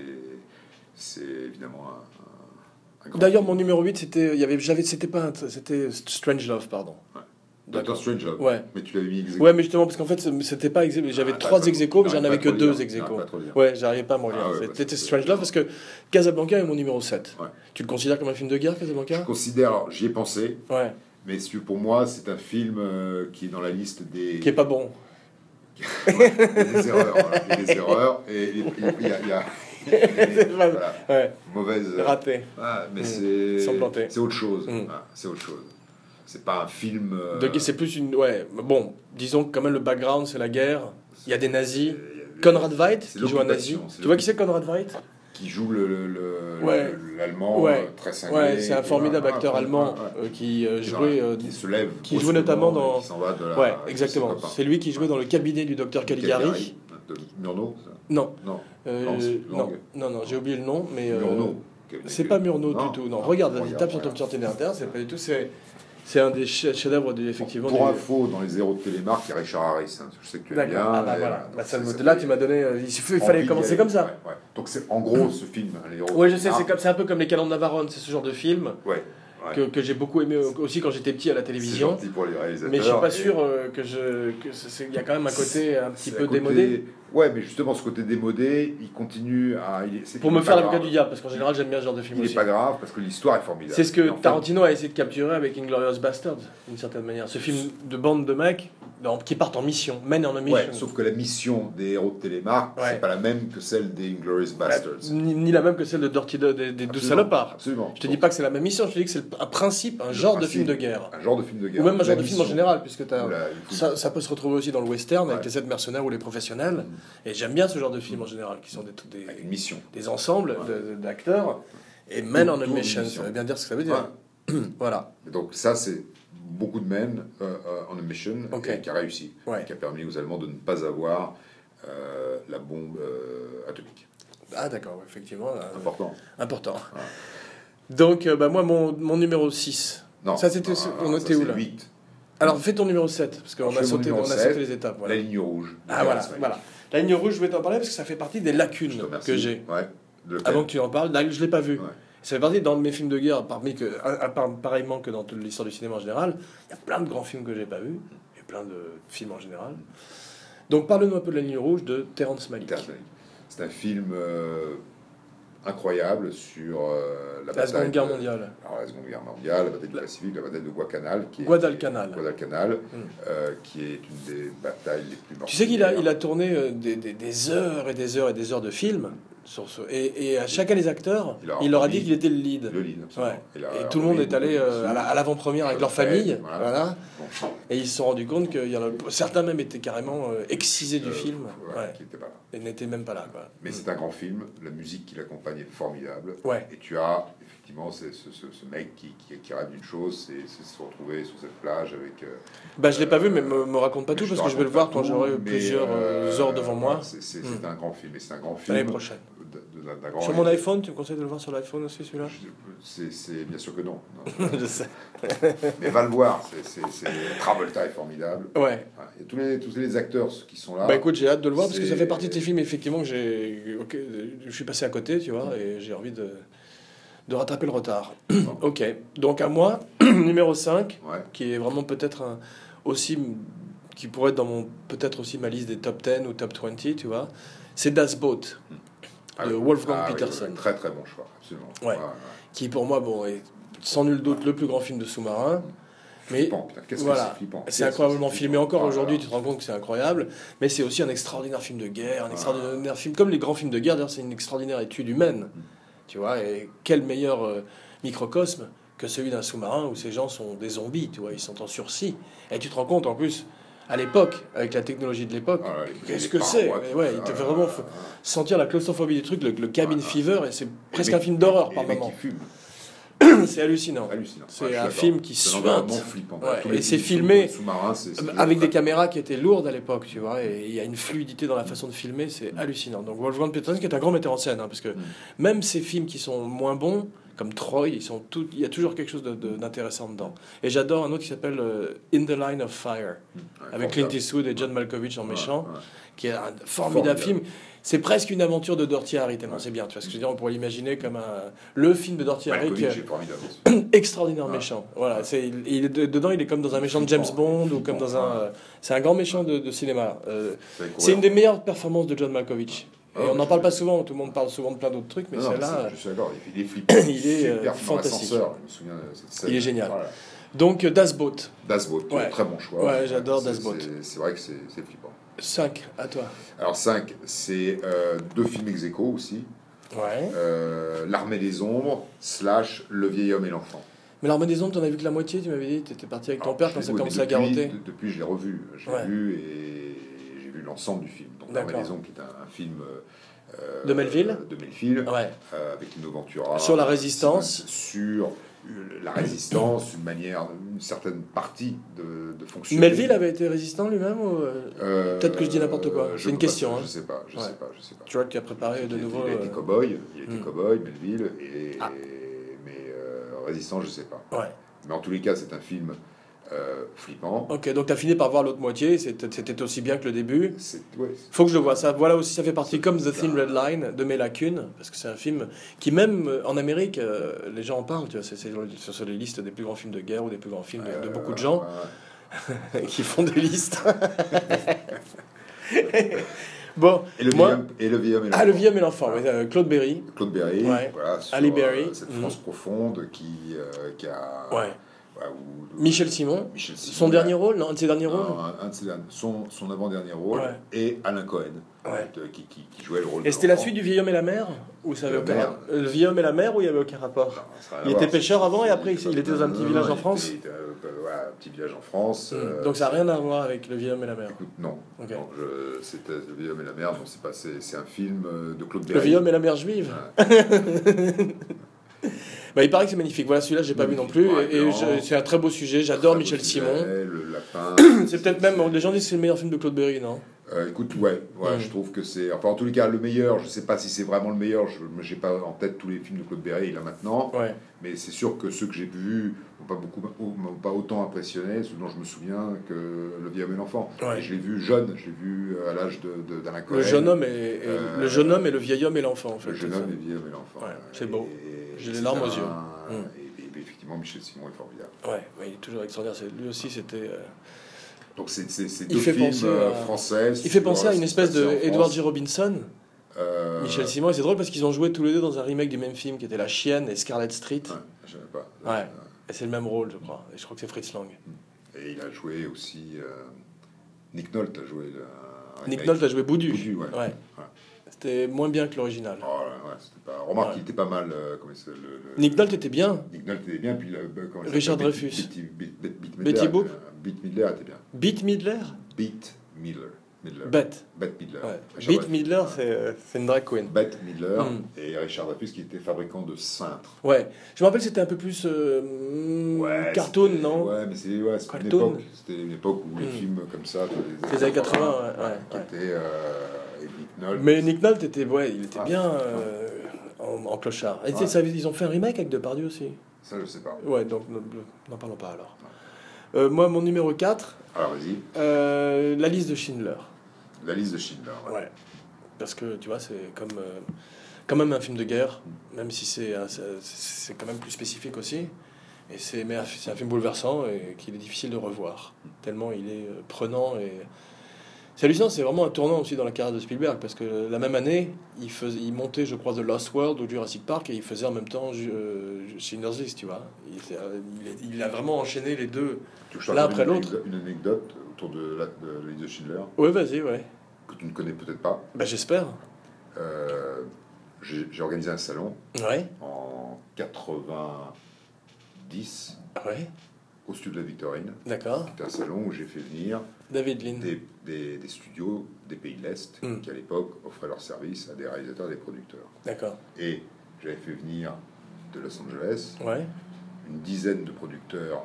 B: c'est évidemment un- un, un grand
A: D'ailleurs,
B: film.
A: mon numéro 8, c'était. Il y avait, j'avais, c'était pas. un- C'était Strange Love, pardon.
B: Ouais. Doctor
A: D'accord.
B: Strange, là.
A: Ouais.
B: mais tu l'avais mis exactement.
A: Ouais, mais justement, parce qu'en fait, c'était pas. ex- J'avais
B: Ah,
A: trois
B: pas-
A: ex aequo, mais
B: j'arrive
A: j'en
B: pas
A: avais
B: à
A: que
B: trop lire,
A: deux ex
B: j'arrive
A: aequo.
B: pas à trop lire.
A: Ouais, j'arivais pas à m'en relire.
B: Ah ouais, bah,
A: c'était
B: c'est-
A: Strange Love parce que Casablanca est mon numéro 7.
B: Ouais.
A: Tu le considères comme un film de guerre,
B: Je
A: Casablanca
B: considère, alors j'y ai pensé,
A: Ouais.
B: mais si tu veux, pour moi, c'est un film euh, qui est dans la liste des,
A: Qui est pas bon.
B: des erreurs. voilà. Il y a des erreurs et il il y a, il y a-
A: C'est pas-
B: voilà,
A: Ouais,
B: mauvaise.
A: raté.
B: Ah, mais
A: Mm.
B: c'est
A: Sans planter.
B: c'est autre chose.
A: Mm.
B: Ah, c'est autre chose. C'est pas un film. euh,
A: De guerre, C'est plus une. Ouais, bon, disons que quand même le background, c'est la guerre. Il y a des nazis.
B: il y a-
A: Conrad Veidt,
B: C'est
A: qui joue un nazi.
B: l'occupation, c'est
A: Tu vois
B: l'oc-
A: qui c'est Conrad Veidt
B: qui joue le- le- le-
A: Ouais.
B: le- l'allemand
A: Ouais.
B: euh, très cinglé.
A: Ouais, c'est un
B: qui-
A: formidable
B: ah,
A: acteur
B: ah,
A: allemand
B: ah,
A: euh, qui euh,
B: ah,
A: jouait. euh,
B: qui se lève
A: qui
B: brusquement
A: jouait notamment
B: et
A: dans-
B: qui s'en va de la-
A: Ouais,
B: de
A: exactement.
B: ses copains.
A: C'est lui qui jouait dans le cabinet du docteur Caligari.
B: de Murnau ça
A: Non.
B: non
A: euh,
B: Lance,
A: non,
B: Langue.
A: non, non, j'ai oublié le nom, mais. euh,
B: Murnau Quel-
A: C'est
B: quel-
A: pas Murnau
B: Non.
A: du tout. Non, regarde, vas-y,
B: Regarde,
A: tape sur ton
B: regarde.
A: petit ordinateur, c'est pas du tout. C'est, c'est un des che- chefs-d'œuvre du effectivement.
B: Pour
A: du-
B: info, dans les héros de Télémark, il y a Richard Harris. hein. Je sais que tu aimes
A: D'accord.
B: bien.
A: ah bah
B: mais
A: voilà.
B: donc
A: Bah, ça
B: c'est-
A: me-
B: ça
A: là,
B: fait-
A: tu m'as donné. euh, Il suffit-
B: Envie
A: fallait
B: d'y
A: commencer
B: aller.
A: comme ça.
B: Ouais, ouais. Donc c'est en gros ce film, hein, les héros.
A: Ouais,
B: de
A: je sais. C'est
B: Télémark.
A: comme, c'est un peu comme les calendes d'Avaron. C'est ce genre de film
B: Ouais. ouais.
A: que, que j'ai beaucoup aimé euh, aussi quand j'étais petit à la
B: C'est
A: télévision.
B: gentil pour les réalisateurs.
A: Mais je suis pas
B: et-
A: sûr euh, que je. que c'est- c'est- Il y a quand même un côté un petit
B: C'est
A: peu
B: à côté-
A: démodé.
B: Ouais, mais justement, ce côté démodé, il continue à. il est- c'est-
A: Pour
B: il
A: me
B: est
A: faire
B: pas
A: l'avocat
B: grave.
A: du diable, parce qu'en général j'aime bien ce genre de film
B: Il n'est
A: aussi.
B: pas grave parce que l'histoire est formidable.
A: C'est ce
B: Et
A: que
B: en fait,
A: Tarantino a essayé de capturer avec Inglorious Bastards, d'une certaine manière. Ce film de bande de mecs dans- qui partent en mission, mènent en mission.
B: Ouais, sauf que la mission des héros de Télémark,
A: Ouais.
B: c'est pas la même que celle des Inglourious Basterds.
A: Bah, Ni, ni la même que celle de Dirty Dog des, des deux
B: Absolument,
A: salopards.
B: Absolument.
A: Je te dis pas que c'est la même mission, je te dis que c'est le- un principe, un genre
B: principe.
A: de film de guerre.
B: Un genre de film de
A: Ou
B: guerre.
A: même un genre
B: La
A: de film en
B: mission.
A: général, puisque t'as-
B: Oula, il faut-
A: ça, ça peut se retrouver aussi dans le western avec
B: Ouais. Mm.
A: les sept mercenaires ou les professionnels. Et j'aime bien ce genre de film en général, qui sont des, des,
B: Avec une mission.
A: des ensembles
B: Ouais.
A: de- de- d'acteurs. Et men on a
B: Tout- tout
A: mission,
B: mission.
A: ça veut bien dire ce que ça veut dire. Voilà.
B: Et donc ça, c'est beaucoup de men euh, euh, on a mission
A: Ok.
B: et qui a réussi,
A: Ouais.
B: qui a permis aux Allemands de ne pas avoir euh, la bombe euh, atomique.
A: Ah d'accord, effectivement. là,
B: Important.
A: Important.
B: Ouais.
A: Donc, euh, bah, moi, mon, mon numéro 6.
B: Non. Ah,
A: Ça, c'était- on était où, là
B: 8.
A: Alors, fais ton numéro 7, parce qu'on
B: Je
A: a,
B: fais mon
A: sauté- on
B: numéro
A: a
B: sept.
A: sauté les étapes. voilà.
B: La ligne rouge.
A: Ah voilà, voilà. La ligne rouge, je vais t'en parler parce que ça fait partie des
B: Je
A: lacunes
B: te remercie.
A: que j'ai. Ah,
B: Ouais. De lequel
A: Avant que tu en parles, là, je l'ai pas vu.
B: Ouais.
A: Ça fait partie dans mes films de guerre, parmi que, à- à part- pareillement que dans toute l'histoire du cinéma en général, il y a plein de grands films que j'ai pas vus, et plein de films en général. Donc parle-nous un peu de la ligne rouge de Terrence Malick.
B: Terre Malick. C'est un film euh, incroyable sur euh, la,
A: La
B: bataille
A: Seconde Guerre
B: de-
A: mondiale.
B: Alors, la Seconde Guerre mondiale, la bataille du Pacifique, la bataille de Guadalcanal, qui est,
A: Guadalcanal.
B: Guadalcanal,
A: Mm.
B: euh, qui est une des batailles les plus
A: Tu sais qu'il a,
B: meurtrières.
A: il a tourné euh, des, des- des heures et des heures et des heures de films, sur ce, et, et à chacun des acteurs,
B: Il leur a
A: il leur a
B: remis
A: dit qu'il était le lead.
B: le lead. absolument.
A: Ouais.
B: Il a
A: Et tout le monde
B: remis
A: est allé
B: beaucoup de
A: euh, à la- à l'avant-première avec leur famille.
B: Voilà.
A: voilà.
B: films. Bon,
A: Et ils se sont rendus compte que y en a- certains même étaient carrément euh, excisés du
B: euh,
A: film.
B: ouais,
A: Ouais.
B: qui était pas là.
A: Et n'étaient même pas là. Quoi.
B: Mais
A: Mm.
B: c'est un grand film, la musique qui l'accompagne est formidable.
A: Ouais.
B: Et tu as effectivement c'est ce, ce- ce mec qui, qui, qui rêve d'une chose, c'est c'est se retrouver sur cette plage avec. euh,
A: Bah, je l'ai pas vu, mais me,
B: Euh,
A: me raconte pas
B: Mais
A: tout parce
B: te
A: que je vais le
B: raconte
A: voir
B: pas
A: quand
B: tout,
A: j'aurai
B: mais,
A: plusieurs
B: euh,
A: euh, heures devant moi.
B: voilà, C'est c'est-
A: Mm.
B: c'est un grand film, et c'est un grand film.
A: L'année prochaine.
B: de- de- d'un- d'un grand
A: Sur mon
B: réalisateur.
A: iPhone, tu me conseilles de le voir sur l'iPhone aussi celui-là
B: Je- c'est- C'est bien sûr que non. non.
A: Je sais.
B: Mais va le voir, c'est- c'est c'est- Travolta est formidable.
A: Ouais.
B: Voilà. Et tous les, tous les acteurs qui sont là.
A: Bah écoute, j'ai hâte de le voir parce que ça
B: Ah. c'est-
A: fait partie de tes films effectivement que j'ai. ok, je suis passé à côté, tu vois, et j'ai envie de, de rattraper le retard. ok. Donc à moi, numéro 5.
B: Ouais.
A: qui est vraiment peut-être un- aussi qui pourrait être dans mon peut-être aussi ma liste des top 10 ou top 20, tu vois. C'est Das Boot
B: Ah
A: de
B: oui.
A: Wolfgang
B: Ah oui,
A: Peterson
B: oui, très très bon choix, absolument.
A: Ouais. qui pour moi bon est sans nul doute le plus grand film de sous-marin. Mais
B: Flippant, putain, qu'est-ce
A: voilà.
B: que c'est flippant.
A: C'est incroyablement filmé encore aujourd'hui, tu
B: tu
A: te rends compte que c'est incroyable, mais c'est aussi un extraordinaire film de guerre,
B: Ah.
A: un extraordinaire film, comme les grands films de guerre, d'ailleurs c'est une extraordinaire étude humaine, tu vois, et quel meilleur euh, microcosme que celui d'un sous-marin où ces gens sont des zombies, tu vois, ils sont en sursis, et tu te rends compte en plus, à l'époque, avec la technologie de l'époque.
B: Ah, les-
A: Qu'est-ce
B: les
A: que c'est
B: parois,
A: Mais ouais, il te
B: euh,
A: fait vraiment f- sentir la claustrophobie du truc, le, le cabin
B: Ah, ah.
A: fever, et c'est presque
B: les
A: un
B: mecs-
A: film d'horror
B: et
A: par
B: les mecs
A: moment.
B: qui fument.
A: C'est hallucinant.
B: hallucinant.
A: C'est
B: Ouais, je suis
A: un
B: d'accord.
A: film qui
B: C'est vraiment
A: suinte.
B: flippant.
A: Ouais,
B: Tous les
A: et c'est
B: films
A: filmé
B: sous-marins, c'est- c'est
A: Euh, Avec
B: très-
A: des caméras qui étaient lourdes à l'époque, tu vois, et il y a une fluidité dans la façon de filmer, c'est hallucinant. Donc Wolfgang Peterson, qui est un grand metteur en scène, hein, parce que
B: Mm.
A: même ces films qui sont moins bons, comme Troy, ils sont tout- il y a toujours quelque chose de- de- d'intéressant dedans. Et j'adore un autre qui s'appelle euh, In the Line of Fire,
B: Ouais,
A: avec Clint
B: formidable.
A: Eastwood et John Malkovich en
B: Ouais,
A: méchant,
B: ouais.
A: qui est un formidable
B: Formidable.
A: film. C'est presque une aventure de Dirty Harry, tellement
B: Ouais.
A: c'est bien, tu vois ce que je veux dire, on pourrait l'imaginer comme un- le film de Dirty Harry qui
B: Malkovich
A: est
B: est formidable.
A: extraordinaire
B: Ouais.
A: méchant. Voilà, c'est il, il est de- dedans, il est comme dans un méchant de James Bond ou comme dans un. euh, c'est un grand méchant de, de cinéma. Euh, c'est une des meilleures performances de John Malkovich. Et
B: Ah,
A: on n'en
B: je-
A: parle pas souvent, tout le monde parle souvent de plein d'autres trucs, mais
B: Non, non,
A: celle-là. euh,
B: c'est- Je suis d'accord, il est flippant.
A: il est, euh,
B: Super flippant,
A: fantastique.
B: l'ascenseur, Je me souviens de cette scène.
A: Il est génial.
B: Voilà.
A: euh, Donc, euh, Das Boot,
B: Das Boot,
A: Ouais.
B: très bon choix.
A: Ouais, j'adore Das
B: C'est-
A: Boot.
B: c'est- C'est vrai que c'est c'est flippant.
A: 5, à toi.
B: Alors 5, c'est euh, deux films ex aequo aussi.
A: Ouais.
B: Euh, L'armée des ombres, slash Le vieil homme et l'enfant.
A: Mais l'Armée des Ombres, t'en as vu que la moitié, tu m'avais dit, t'étais parti avec ton
B: Alors,
A: père
B: Ah, je
A: quand
B: l'ai
A: ça
B: vu, mais
A: commençait à
B: depuis-
A: garrotter.
B: de- Depuis, je l'ai revu. euh, Je l'ai
A: Ouais.
B: vu et j'ai vu l'ensemble du film. Donc, La
A: D'accord.
B: Maison, qui est un, un film. euh,
A: De Melville
B: De Melville,
A: Ouais.
B: euh, avec Lino Ventura.
A: Sur la résistance.
B: Sur euh, la résistance, une manière, une certaine partie de, de fonctionner.
A: Melville avait été résistant lui-même ou, euh,
B: Euh,
A: Peut-être que je dis n'importe quoi.
B: je
A: C'est
B: peux
A: une
B: pas-
A: question, hein.
B: Je sais pas, je
A: Ouais.
B: sais pas, je sais pas.
A: Tu vois, tu as préparé de
B: Il-
A: nouveau.
B: Il a été
A: euh,
B: cow-boy, il a été
A: hmm.
B: cow-boy, Melville, et,
A: Ah.
B: mais euh, résistant, je sais pas.
A: Ouais.
B: Mais en tous les cas, c'est un film euh, flippant.
A: Ok, donc t'as fini par voir l'autre moitié, c'était c'était aussi bien que le début.
B: C'est ouais, c'est-
A: Faut que je le vois. Ça, voilà aussi, ça fait partie comme The Thin
B: Ça-
A: Red Line de mes lacunes, parce que c'est un film qui même euh, en Amérique, euh, les gens en parlent. tu vois, C'est c'est sur, sur- sur les listes des plus grands films de guerre ou des plus grands films de, de
B: Euh,
A: beaucoup de gens
B: ouais.
A: qui font des listes. bon,
B: Et le,
A: Moi-
B: vieil homme, et le vieil homme et
A: ah le
B: l'enfant.
A: vieil homme et l'enfant, oui, euh, Claude Berry.
B: Claude Berry,
A: Ouais.
B: voilà, sur,
A: Ali Berry.
B: euh, cette
A: Mhm.
B: France profonde qui, euh, qui a.
A: Ouais.
B: ouais, où- où-
A: Michel Simon.
B: Michel Simon.
A: Son dernier rôle, non, un de ses derniers
B: Non,
A: rôles.
B: un- un de ses derniers- son, son avant-dernier rôle
A: Ouais.
B: et Alain Cohen
A: Ouais.
B: euh, qui, qui- qui jouait le rôle
A: Et
B: de
A: c'était la
B: l'enfant.
A: suite du vieil homme et la mère ou ça avait
B: La
A: aucun
B: mère.
A: rapport Le vieil homme et la mère où il y avait aucun rapport.
B: Non, ça n'a
A: Il
B: rien à
A: était
B: voir,
A: pêcheur
B: c'est-
A: avant et
B: c'est-
A: après,
B: c'est-
A: il était dans un petit
B: non,
A: village
B: non,
A: en
B: il
A: France Hmm.
B: était, euh, bah, voilà, un petit village en France. euh,
A: Donc ça n'a rien à voir avec le vieil homme et la mère.
B: Écoute, non.
A: Ok.
B: Non, je- c'était Le vieil homme et la mère, non, c'est pas, c'est c'est un film euh, de Claude
A: Le
B: Berry.
A: vieil homme et la mère juive. Bah, il paraît que c'est magnifique. Voilà, celui-là, j'ai pas vu non plus.
B: Ouais,
A: Et, et
B: non.
A: je- c'est un très beau sujet. J'adore
B: Très
A: Michel
B: beau
A: Simon.
B: sujet, Le lapin.
A: C'est peut-être même. Les gens disent que c'est le meilleur film de Claude Berry, non
B: Euh, écoute, ouais, ouais
A: Mm.
B: je trouve que c'est. Enfin, en tous les cas, le meilleur. Je sais pas si c'est vraiment le meilleur. Je j'ai pas en tête tous les films de Claude Berry là maintenant.
A: Ouais.
B: Mais c'est sûr que ceux que j'ai vus m'ont pas, beaucoup, m'ont pas autant impressionné, ce dont je me souviens, que Le vieil homme et l'enfant.
A: Ouais.
B: Et je l'ai vu jeune. Je l'ai vu à l'âge de, de, d'Alain
A: Le
B: Cohen.
A: jeune homme et, et
B: Euh,
A: le jeune homme et le vieil homme et l'enfant, en fait.
B: Le jeune
A: c'est ça.
B: homme et le vieil homme et l'enfant.
A: Ouais,
B: Euh,
A: c'est beau.
B: et-
A: J'ai les
B: c'est
A: larmes aux
B: un-
A: yeux. Mm.
B: Et, et effectivement, Michel Simon est formidable.
A: Ouais, ouais, il est toujours extraordinaire. C'est- Lui aussi, c'était. euh,
B: Donc, c'est, c'est, c'est
A: Il
B: deux
A: fait
B: films
A: penser
B: euh,
A: à-
B: français.
A: Il fait
B: sur
A: penser à
B: ce
A: une
B: qui
A: espèce
B: se
A: de
B: passait en
A: Edward
B: France.
A: J. Robinson,
B: Euh,
A: Michel Simon, et c'est drôle parce qu'ils ont joué tous les deux dans un remake du même film qui était La Chienne et Scarlet Street.
B: ouais, je savais pas.
A: Ouais. Et c'est le même rôle, je crois. Et je crois que c'est Fritz Lang.
B: Et il a joué aussi. euh, Nick Nolte a joué. le- un
A: Nick
B: remake.
A: Nolte a joué Boudu.
B: Boudu, ouais.
A: Ouais. C'était moins bien que l'original.
B: Oh là, ouais, c'était pas... Remarque,
A: Ouais.
B: il était pas mal. euh, comment il s'appelle, le, le-
A: Nick Nolte était bien.
B: Nick Nolte était bien. Puis, le- euh, comment il
A: Richard
B: s'appelle,
A: Dreyfus.
B: Betty, Betty, Betty, Betty
A: Betty
B: Midler,
A: Boop.
B: euh, Betty Midler était bien.
A: Beat Midler
B: Beat Miller. Midler.
A: Bette.
B: Bette Midler.
A: Ouais.
B: Richard
A: Beat
B: Dreyfus.
A: Midler,
B: Ouais.
A: c'est euh, c'est une drag queen.
B: Bette Midler
A: Mm.
B: et Richard Dreyfus qui était fabricant de cintres.
A: Ouais. Je me rappelle, c'était un peu plus euh, mm, cartoon,
B: c'était-
A: non
B: Ouais, mais c'est ouais, c'était une
A: Cartoon.
B: époque. C'était une époque où les
A: Mm.
B: films comme ça. des-
A: Les années 80, ouais, ouais,
B: qui
A: ouais.
B: étaient, euh, et Nick Nolte.
A: Mais Nick Nolte était, ouais, il était
B: Ah,
A: bien euh, en, en clochard. Et tu sais,
B: Ouais.
A: ça- ils ont fait un remake avec Depardieu aussi.
B: Ça, je sais pas.
A: Ouais, donc non, n'en parlons pas alors. Euh, moi, mon numéro 4,
B: Alors, vas-y.
A: euh, la liste de Schindler.
B: La liste de Schindler. ouais.
A: Ouais. Parce que tu vois, c'est comme euh, quand même un film de guerre, même si c'est euh, c'est- c'est quand même plus spécifique aussi. Et c'est mais c'est un film bouleversant et qu'il est difficile de revoir, tellement il est euh, prenant et c'est hallucinant, c'est vraiment un tournant aussi dans la carrière de Spielberg parce que la même année, il faisait il montait je crois The Lost World ou Jurassic Park et il faisait en même temps ju- euh, Schindler's List, tu vois. Il, était, euh, il est- il a vraiment enchaîné les deux.
B: Tu veux que je te
A: L'un
B: raconte
A: après
B: une
A: l'autre.
B: anecdote- Une anecdote autour de la, de la liste de Schindler
A: Ouais, vas-y, ouais.
B: que tu ne connais peut-être pas.
A: Bah j'espère.
B: Euh, J'ai j'ai organisé un salon
A: Ouais.
B: en 90
A: Ouais.
B: au studio de la Victorine.
A: D'accord.
B: C'est un salon où j'ai fait venir
A: David Lynn.
B: des, des- des studios des pays de l'Est
A: Mm.
B: qui, à l'époque, offraient leurs services à des réalisateurs et des producteurs.
A: D'accord.
B: Et j'avais fait venir de Los Angeles
A: Ouais.
B: une dizaine de producteurs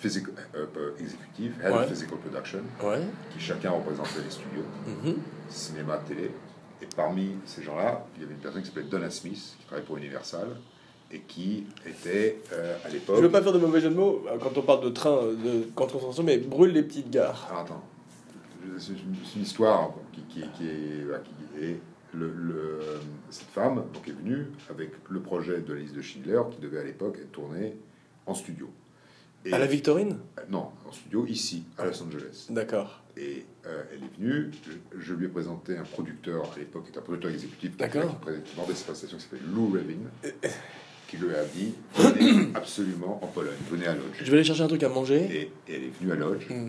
B: physic- euh, euh, exécutifs, head
A: Ouais.
B: of physical production,
A: Ouais.
B: qui chacun représentait les studios,
A: Mhm.
B: cinéma, télé. Et parmi ces gens-là, il y avait une personne qui s'appelait Donna Smith, qui travaillait pour Universal, et qui était euh, à
A: Je veux
B: l'époque.
A: pas faire de mauvais jeu de mots euh, quand on parle de train, euh, de concentration, mais brûle les petites gares.
B: Alors attends, Je- c'est une c'est une histoire qui, qui- qui est. voilà, qui est- le- le- cette femme donc, est venue avec le projet de la liste de Schindler qui devait à l'époque être tourné en studio. Et- euh,
A: À la Victorine
B: Non, en studio ici, à Los Angeles.
A: D'accord.
B: Et euh, elle est venue, je, je lui ai présenté un producteur à l'époque, qui était un producteur exécutif, qui,
A: D'accord. Euh,
B: qui pré- qui vendait ses prestations, qui s'appelle Lou Revin, qui lui a dit venez absolument en Pologne, venez à Lodge.
A: Je vais aller chercher un truc à manger.
B: Et, et elle est venue à Lodge,
A: Mm.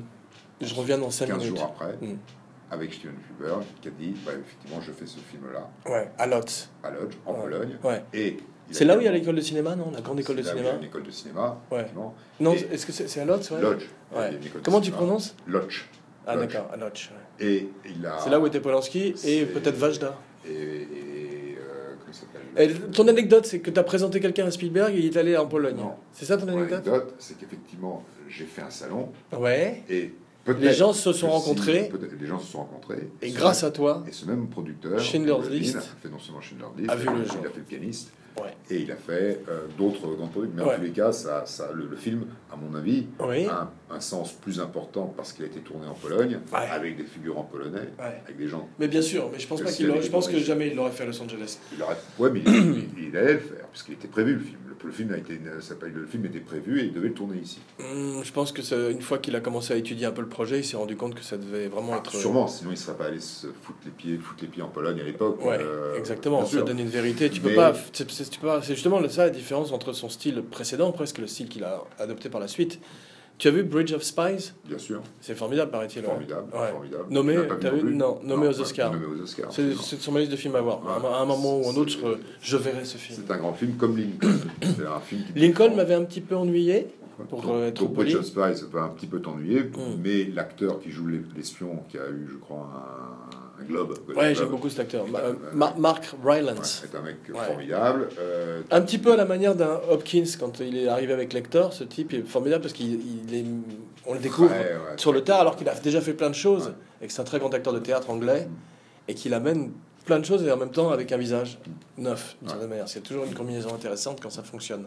A: Je reviens dans 5
B: 15
A: minutes.
B: jours après,
A: Mm.
B: avec Steven Huber, qui a dit bah, effectivement, je fais ce film-là
A: Ouais, à Lot.
B: à Lodge, en
A: Ouais.
B: Pologne.
A: Ouais.
B: Et
A: C'est là où il y a
B: carrément-
A: l'école de cinéma, non La grande école de
B: c'est là où il y a
A: cinéma
B: une école de cinéma,
A: Ouais.
B: effectivement.
A: Non,
B: Et-
A: est-ce que c'est c'est à Lot ouais.
B: Lodge. il y a
A: Ouais.
B: une école de
A: Comment tu
B: cinéma.
A: prononces
B: Lodge.
A: Ah,
B: Lodge.
A: d'accord, à Lodz, ouais.
B: Et il a.
A: C'est là où était Polanski et
B: Ah. c'est-
A: peut-être Vajda.
B: Et. et, euh, comment ça s'appelle
A: Et ton anecdote, c'est que tu as présenté quelqu'un à Spielberg et il est allé en Pologne.
B: Non.
A: C'est ça ton
B: Mon
A: anecdote
B: anecdote, c'est qu'effectivement, j'ai fait un salon
A: Ouais.
B: et peut-être.
A: Les gens se
B: que
A: sont
B: si-
A: rencontrés.
B: peut-être- les gens se sont rencontrés.
A: Et grâce à toi.
B: Et ce même producteur.
A: Schindler's
B: Levin,
A: List.
B: a fait non seulement Schindler's List,
A: A vu le
B: il
A: jour.
B: a fait le pianiste.
A: Ouais.
B: Et il a fait euh, d'autres grands produits. Mais
A: Ouais.
B: en tous les cas, ça, ça, le, le film, à mon avis,
A: Oui.
B: a un, un sens plus important parce qu'il a été tourné en Pologne,
A: Ouais.
B: avec des figurants polonais,
A: Ouais.
B: avec des gens.
A: Mais bien sûr, mais je pense
B: Que
A: pas
B: si
A: qu'il l'aurait-
B: elle
A: Je pense que
B: était-
A: jamais il l'aurait fait à Los Angeles.
B: Il aurait... Ouais, mais il, il allait le faire, puisqu'il était prévu le film. Le, le film a été, euh, ça s'appelle- le film était prévu et il devait le tourner ici.
A: Hum, je pense que ça- une fois qu'il a commencé à étudier un peu le projet, il s'est rendu compte que ça devait vraiment
B: Ah,
A: être.
B: Sûrement, sinon il ne serait pas allé se foutre les pieds, foutre les pieds en Pologne à l'époque.
A: Ouais,
B: euh,
A: exactement.
B: bien
A: Ça
B: sûr.
A: donne une vérité. Tu peux
B: Mais-
A: pas. c'est- c'est- tu peux pas- C'est justement ça la différence entre son style précédent, presque le style qu'il a adopté par la suite. Tu as vu Bridge of Spies
B: Bien sûr,
A: C'est formidable, paraît-il. hein. ouais.
B: formidable,
A: Ouais.
B: formidable.
A: Nommé-
B: Tu l'as pas vu
A: t'as vu
B: plus
A: Non, nommé aux
B: ouais,
A: Oscars.
B: Nommé aux Oscars.
A: C'est
B: absolument.
A: c'est sur ma liste de films à voir.
B: Ouais.
A: À un moment ou un
B: C'est-
A: autre, je, je verrai ce film.
B: C'est un grand film comme Lincoln. C'est un film qui
A: Lincoln
B: défend-
A: m'avait un petit peu ennuyé, pour
B: Donc,
A: euh, être
B: donc, Bridge
A: poli.
B: of Spies va un petit peu t'ennuyer,
A: Mm.
B: mais l'acteur qui joue l'es- l'espion, qui a eu, je crois, un, un globe.
A: Ouais,
B: Golden
A: j'aime
B: Globe,
A: beaucoup cet acteur. Ma-
B: Ouais,
A: euh,
B: Bah, ouais.
A: Ma- Mark Rylance.
B: ouais, c'est un mec
A: Ouais.
B: formidable. euh,
A: Un petit peu à la manière d'un Hopkins quand il est arrivé avec Lecter, ce type est formidable parce qu'il il est, on le découvre
B: Ouais, ouais,
A: sur le
B: très-
A: tard alors qu'il a déjà fait plein de choses
B: Ouais.
A: et que c'est un très grand acteur de théâtre anglais
B: Mm.
A: et qu'il amène plein de choses et en même temps avec un visage neuf d'une certaine manière. C'est toujours une combinaison intéressante quand ça fonctionne.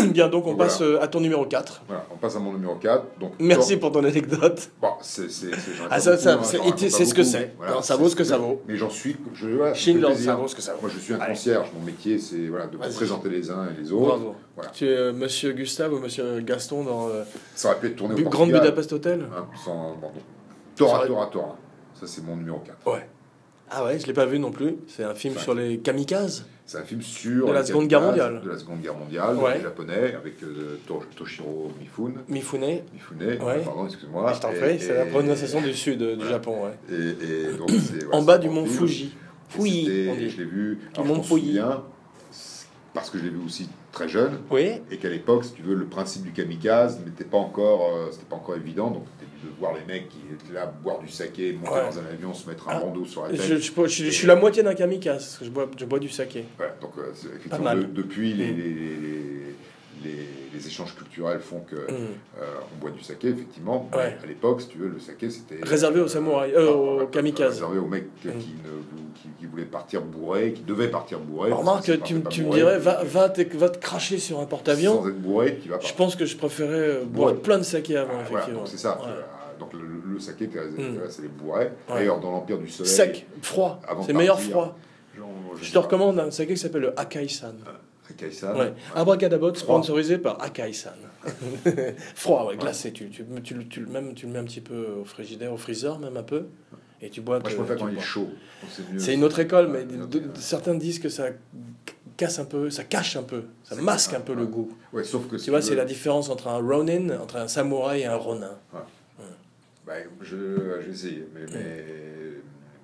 A: Bien, donc on
B: Voilà.
A: passe euh, à ton numéro 4.
B: Voilà, on passe à mon numéro 4. Donc,
A: Merci pour ton anecdote.
B: Bon, c'est c'est- c'est- j'en
A: Ah,
B: raconte
A: ça,
B: beaucoup,
A: ça,
B: hein,
A: c'est-
B: j'en raconte
A: c'est
B: pas
A: ce que
B: beaucoup,
A: c'est.
B: voilà,
A: Non, ça
B: c'est
A: vaut
B: ce
A: que ça
B: c'est.
A: vaut.
B: Mais j'en suis. Je, voilà, ça me fait
A: Schindler,
B: plaisir.
A: ça vaut ce que ça vaut.
B: Moi, je suis un
A: Allez.
B: concierge. Mon métier, c'est voilà, de
A: Vas-y.
B: présenter les uns et les autres.
A: Bravo.
B: Voilà.
A: Tu es euh, monsieur Gustave ou monsieur Gaston dans euh,
B: Ça aurait pu être tourné au
A: Bu- Grand
B: Portugal.
A: Budapest Hotel
B: hein, sans, bon, bon. Tora,
A: Ça aurait-
B: Tora, Tora. Ça, c'est mon numéro 4.
A: Ouais. Ah ouais, je l'ai pas vu non plus. C'est un film
B: Ouais.
A: sur les kamikazes.
B: C'est un film sur...
A: De la
B: les
A: Seconde Guerre
B: kamikazes,
A: mondiale.
B: De la Seconde Guerre mondiale,
A: Ouais.
B: des japonais, avec euh, To- Toshiro Mifune.
A: Mifune.
B: Mifune, euh,
A: Ouais.
B: pardon, excuse-moi.
A: je t'en
B: Et-
A: prie, c'est la
B: et-
A: prononciation du sud euh, du
B: Voilà.
A: Japon. ouais.
B: Et, et donc, c'est- voilà,
A: en
B: c'est
A: bas
B: un
A: du
B: bon
A: mont
B: film.
A: Fuji.
B: Et
A: Oui,
B: c'était-
A: on dit.
B: Je l'ai vu. Alors,
A: Mont
B: je m'en
A: Fuji.
B: souviens, parce que je l'ai vu aussi très jeune,
A: Oui,
B: et qu'à l'époque, si tu veux, le principe du kamikaze n'était pas encore, euh, c'était pas encore évident. Donc, t'es dû de voir les mecs qui étaient là boire du saké, monter
A: Ouais.
B: dans un avion, se mettre un
A: Ah.
B: bandeau sur la tête.
A: je, je- je- je suis la moitié d'un kamikaze, parce que je bois, je bois du saké.
B: Voilà, donc euh, c'est- effectivement,
A: mal.
B: de- depuis, les,
A: Mm.
B: les, les- les- les échanges culturels font que
A: Mm.
B: euh, on boit du saké, effectivement. Mais
A: Ouais.
B: À l'époque, si tu veux, le saké, c'était
A: Réservé aux samouraïs, euh, aux
B: ouais,
A: kamikazes.
B: Réservé aux mecs qui,
A: Mm.
B: ne, vou- qui, qui voulaient partir bourrés, qui devaient partir bourrés.
A: Alors,
B: parce que si
A: Remarque, tu,
B: partais
A: m-
B: pas
A: tu me
B: bourré,
A: dirais, va, va, te, va te cracher sur un porte-avions.
B: Sans être bourré, tu vas pas.
A: Je pense que je préférais euh, boire
B: Ouais.
A: plein de saké avant,
B: Ah, voilà,
A: effectivement.
B: donc c'est ça.
A: Ouais.
B: Euh, Donc le, le- le saké, t'es réservé,
A: Mm.
B: voilà, c'est les bourrés.
A: Ouais.
B: D'ailleurs, dans l'Empire du Soleil.
A: Sec, froid.
B: avant de
A: C'est meilleur
B: partir,
A: froid.
B: genre,
A: Je
B: sais
A: te
B: pas,
A: recommande un saké qui s'appelle le Akai-san.
B: Akai-san.
A: Ah Ouais. Abracadabot
B: Froid.
A: sponsorisé par Akai-san. Froid, ouais, glacé. Tu, tu, tu, le- tu le- même, tu le mets un petit peu au frigidaire, au freezer, même un peu. Et tu bois.
B: Moi,
A: te-
B: je préfère
A: tu
B: quand il est
A: bois.
B: chaud. mieux.
A: C'est une autre école, mais
B: Ouais, une autre
A: de-
B: école.
A: certains disent que ça casse un peu, ça cache un peu, ça
B: Ça-
A: masque un peu
B: ouais.
A: le goût.
B: Ouais, sauf que si
A: Tu vois,
B: veux-
A: c'est la différence entre un ronin, entre un samouraï et un ronin. Hmm.
B: Bah, je, je vais essayer, mais, mais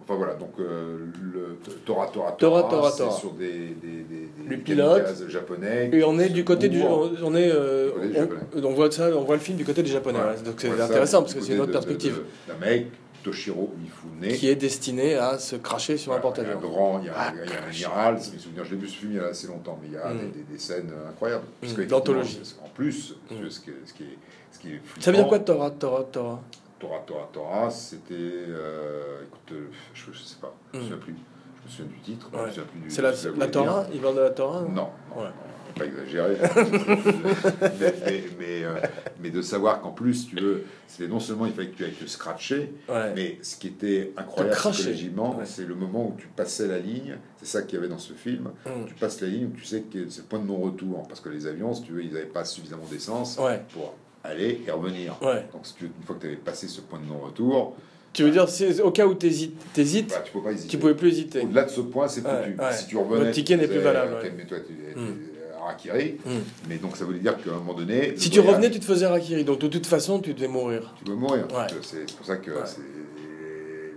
B: Enfin voilà, donc euh, le Tora Tora
A: Tora, Tora,
B: c'est
A: Tora.
B: sur des, des, des, des
A: Le
B: des
A: pilote.
B: kamikazes japonais.
A: Et on
B: qui
A: est
B: se
A: du côté du,
B: bourrent.
A: on on est, euh,
B: Du côté des
A: on-
B: Japonais.
A: donc on voit ça, on voit le film du côté des Japonais.
B: Voilà.
A: ouais. Donc c'est
B: On voit ça
A: intéressant
B: du
A: parce que
B: côté
A: c'est une autre
B: de- de-
A: perspective
B: de- D'un mec, Toshiro Mifune.
A: qui est destinée à se cracher sur un
B: Voilà, Il y a
A: porte-avions.
B: un grand, il y a,
A: Ah,
B: un- il y a un
A: crash.
B: général, c'est mes souvenirs, je l'ai vu ce film il y a assez longtemps, mais il y a
A: Mm.
B: des, des- des scènes euh, incroyables. Parce que,
A: Mm, d'anthologie.
B: effectivement, En plus, parce que
A: Mm.
B: ce, qui est, ce qui est, ce qui est
A: Ça veut dire
B: flippant,
A: quoi Torah, Torah, Torah
B: Torah, Torah, Torah, c'était. euh, écoute, euh, je, je sais pas, je me
A: Mm.
B: souviens plus. Je me souviens du titre, je
A: Ouais.
B: me souviens plus du.
A: C'est la,
B: de ce que ça
A: la hein.
B: voulait
A: Torah
B: dire.
A: Ils vendent de la Torah
B: Non, non,
A: Ouais.
B: non, faut pas exagérer. mais, mais, mais, euh, mais de savoir qu'en plus, tu veux, c'était non seulement il fallait que tu ailles te scratcher,
A: Ouais.
B: mais ce qui était incroyable
A: Te cracher.
B: psychologiquement,
A: Ouais.
B: c'est le moment où tu passais la ligne, c'est ça qu'il y avait dans ce film,
A: Mm.
B: tu passes la ligne où tu sais que c'est le point de non-retour, parce que les avions, si tu veux, ils n'avaient pas suffisamment d'essence
A: Ouais.
B: pour aller et revenir.
A: Ouais.
B: Donc si tu, une fois que tu avais passé ce point de non-retour,
A: Tu veux dire, si- au cas où t'hésites, t'hésites,
B: bah, tu ne peux pas hésiter.
A: tu pouvais plus hésiter.
B: Au-delà de ce point, c'est
A: Ouais,
B: foutu.
A: ouais.
B: Si tu revenais...
A: Votre ticket n'est
B: tu
A: plus
B: faisais,
A: valable,
B: euh,
A: ouais.
B: calme-toi, tu étais
A: Mm.
B: harakiri.
A: Mm.
B: mais donc ça voulait dire qu'à un moment donné...
A: Si
B: le
A: tu
B: voyage,
A: revenais, tu te faisais rakiri. Donc de toute façon, tu devais mourir.
B: Tu peux mourir.
A: Ouais.
B: C'est c'est pour ça que...
A: Ouais.
B: c'est-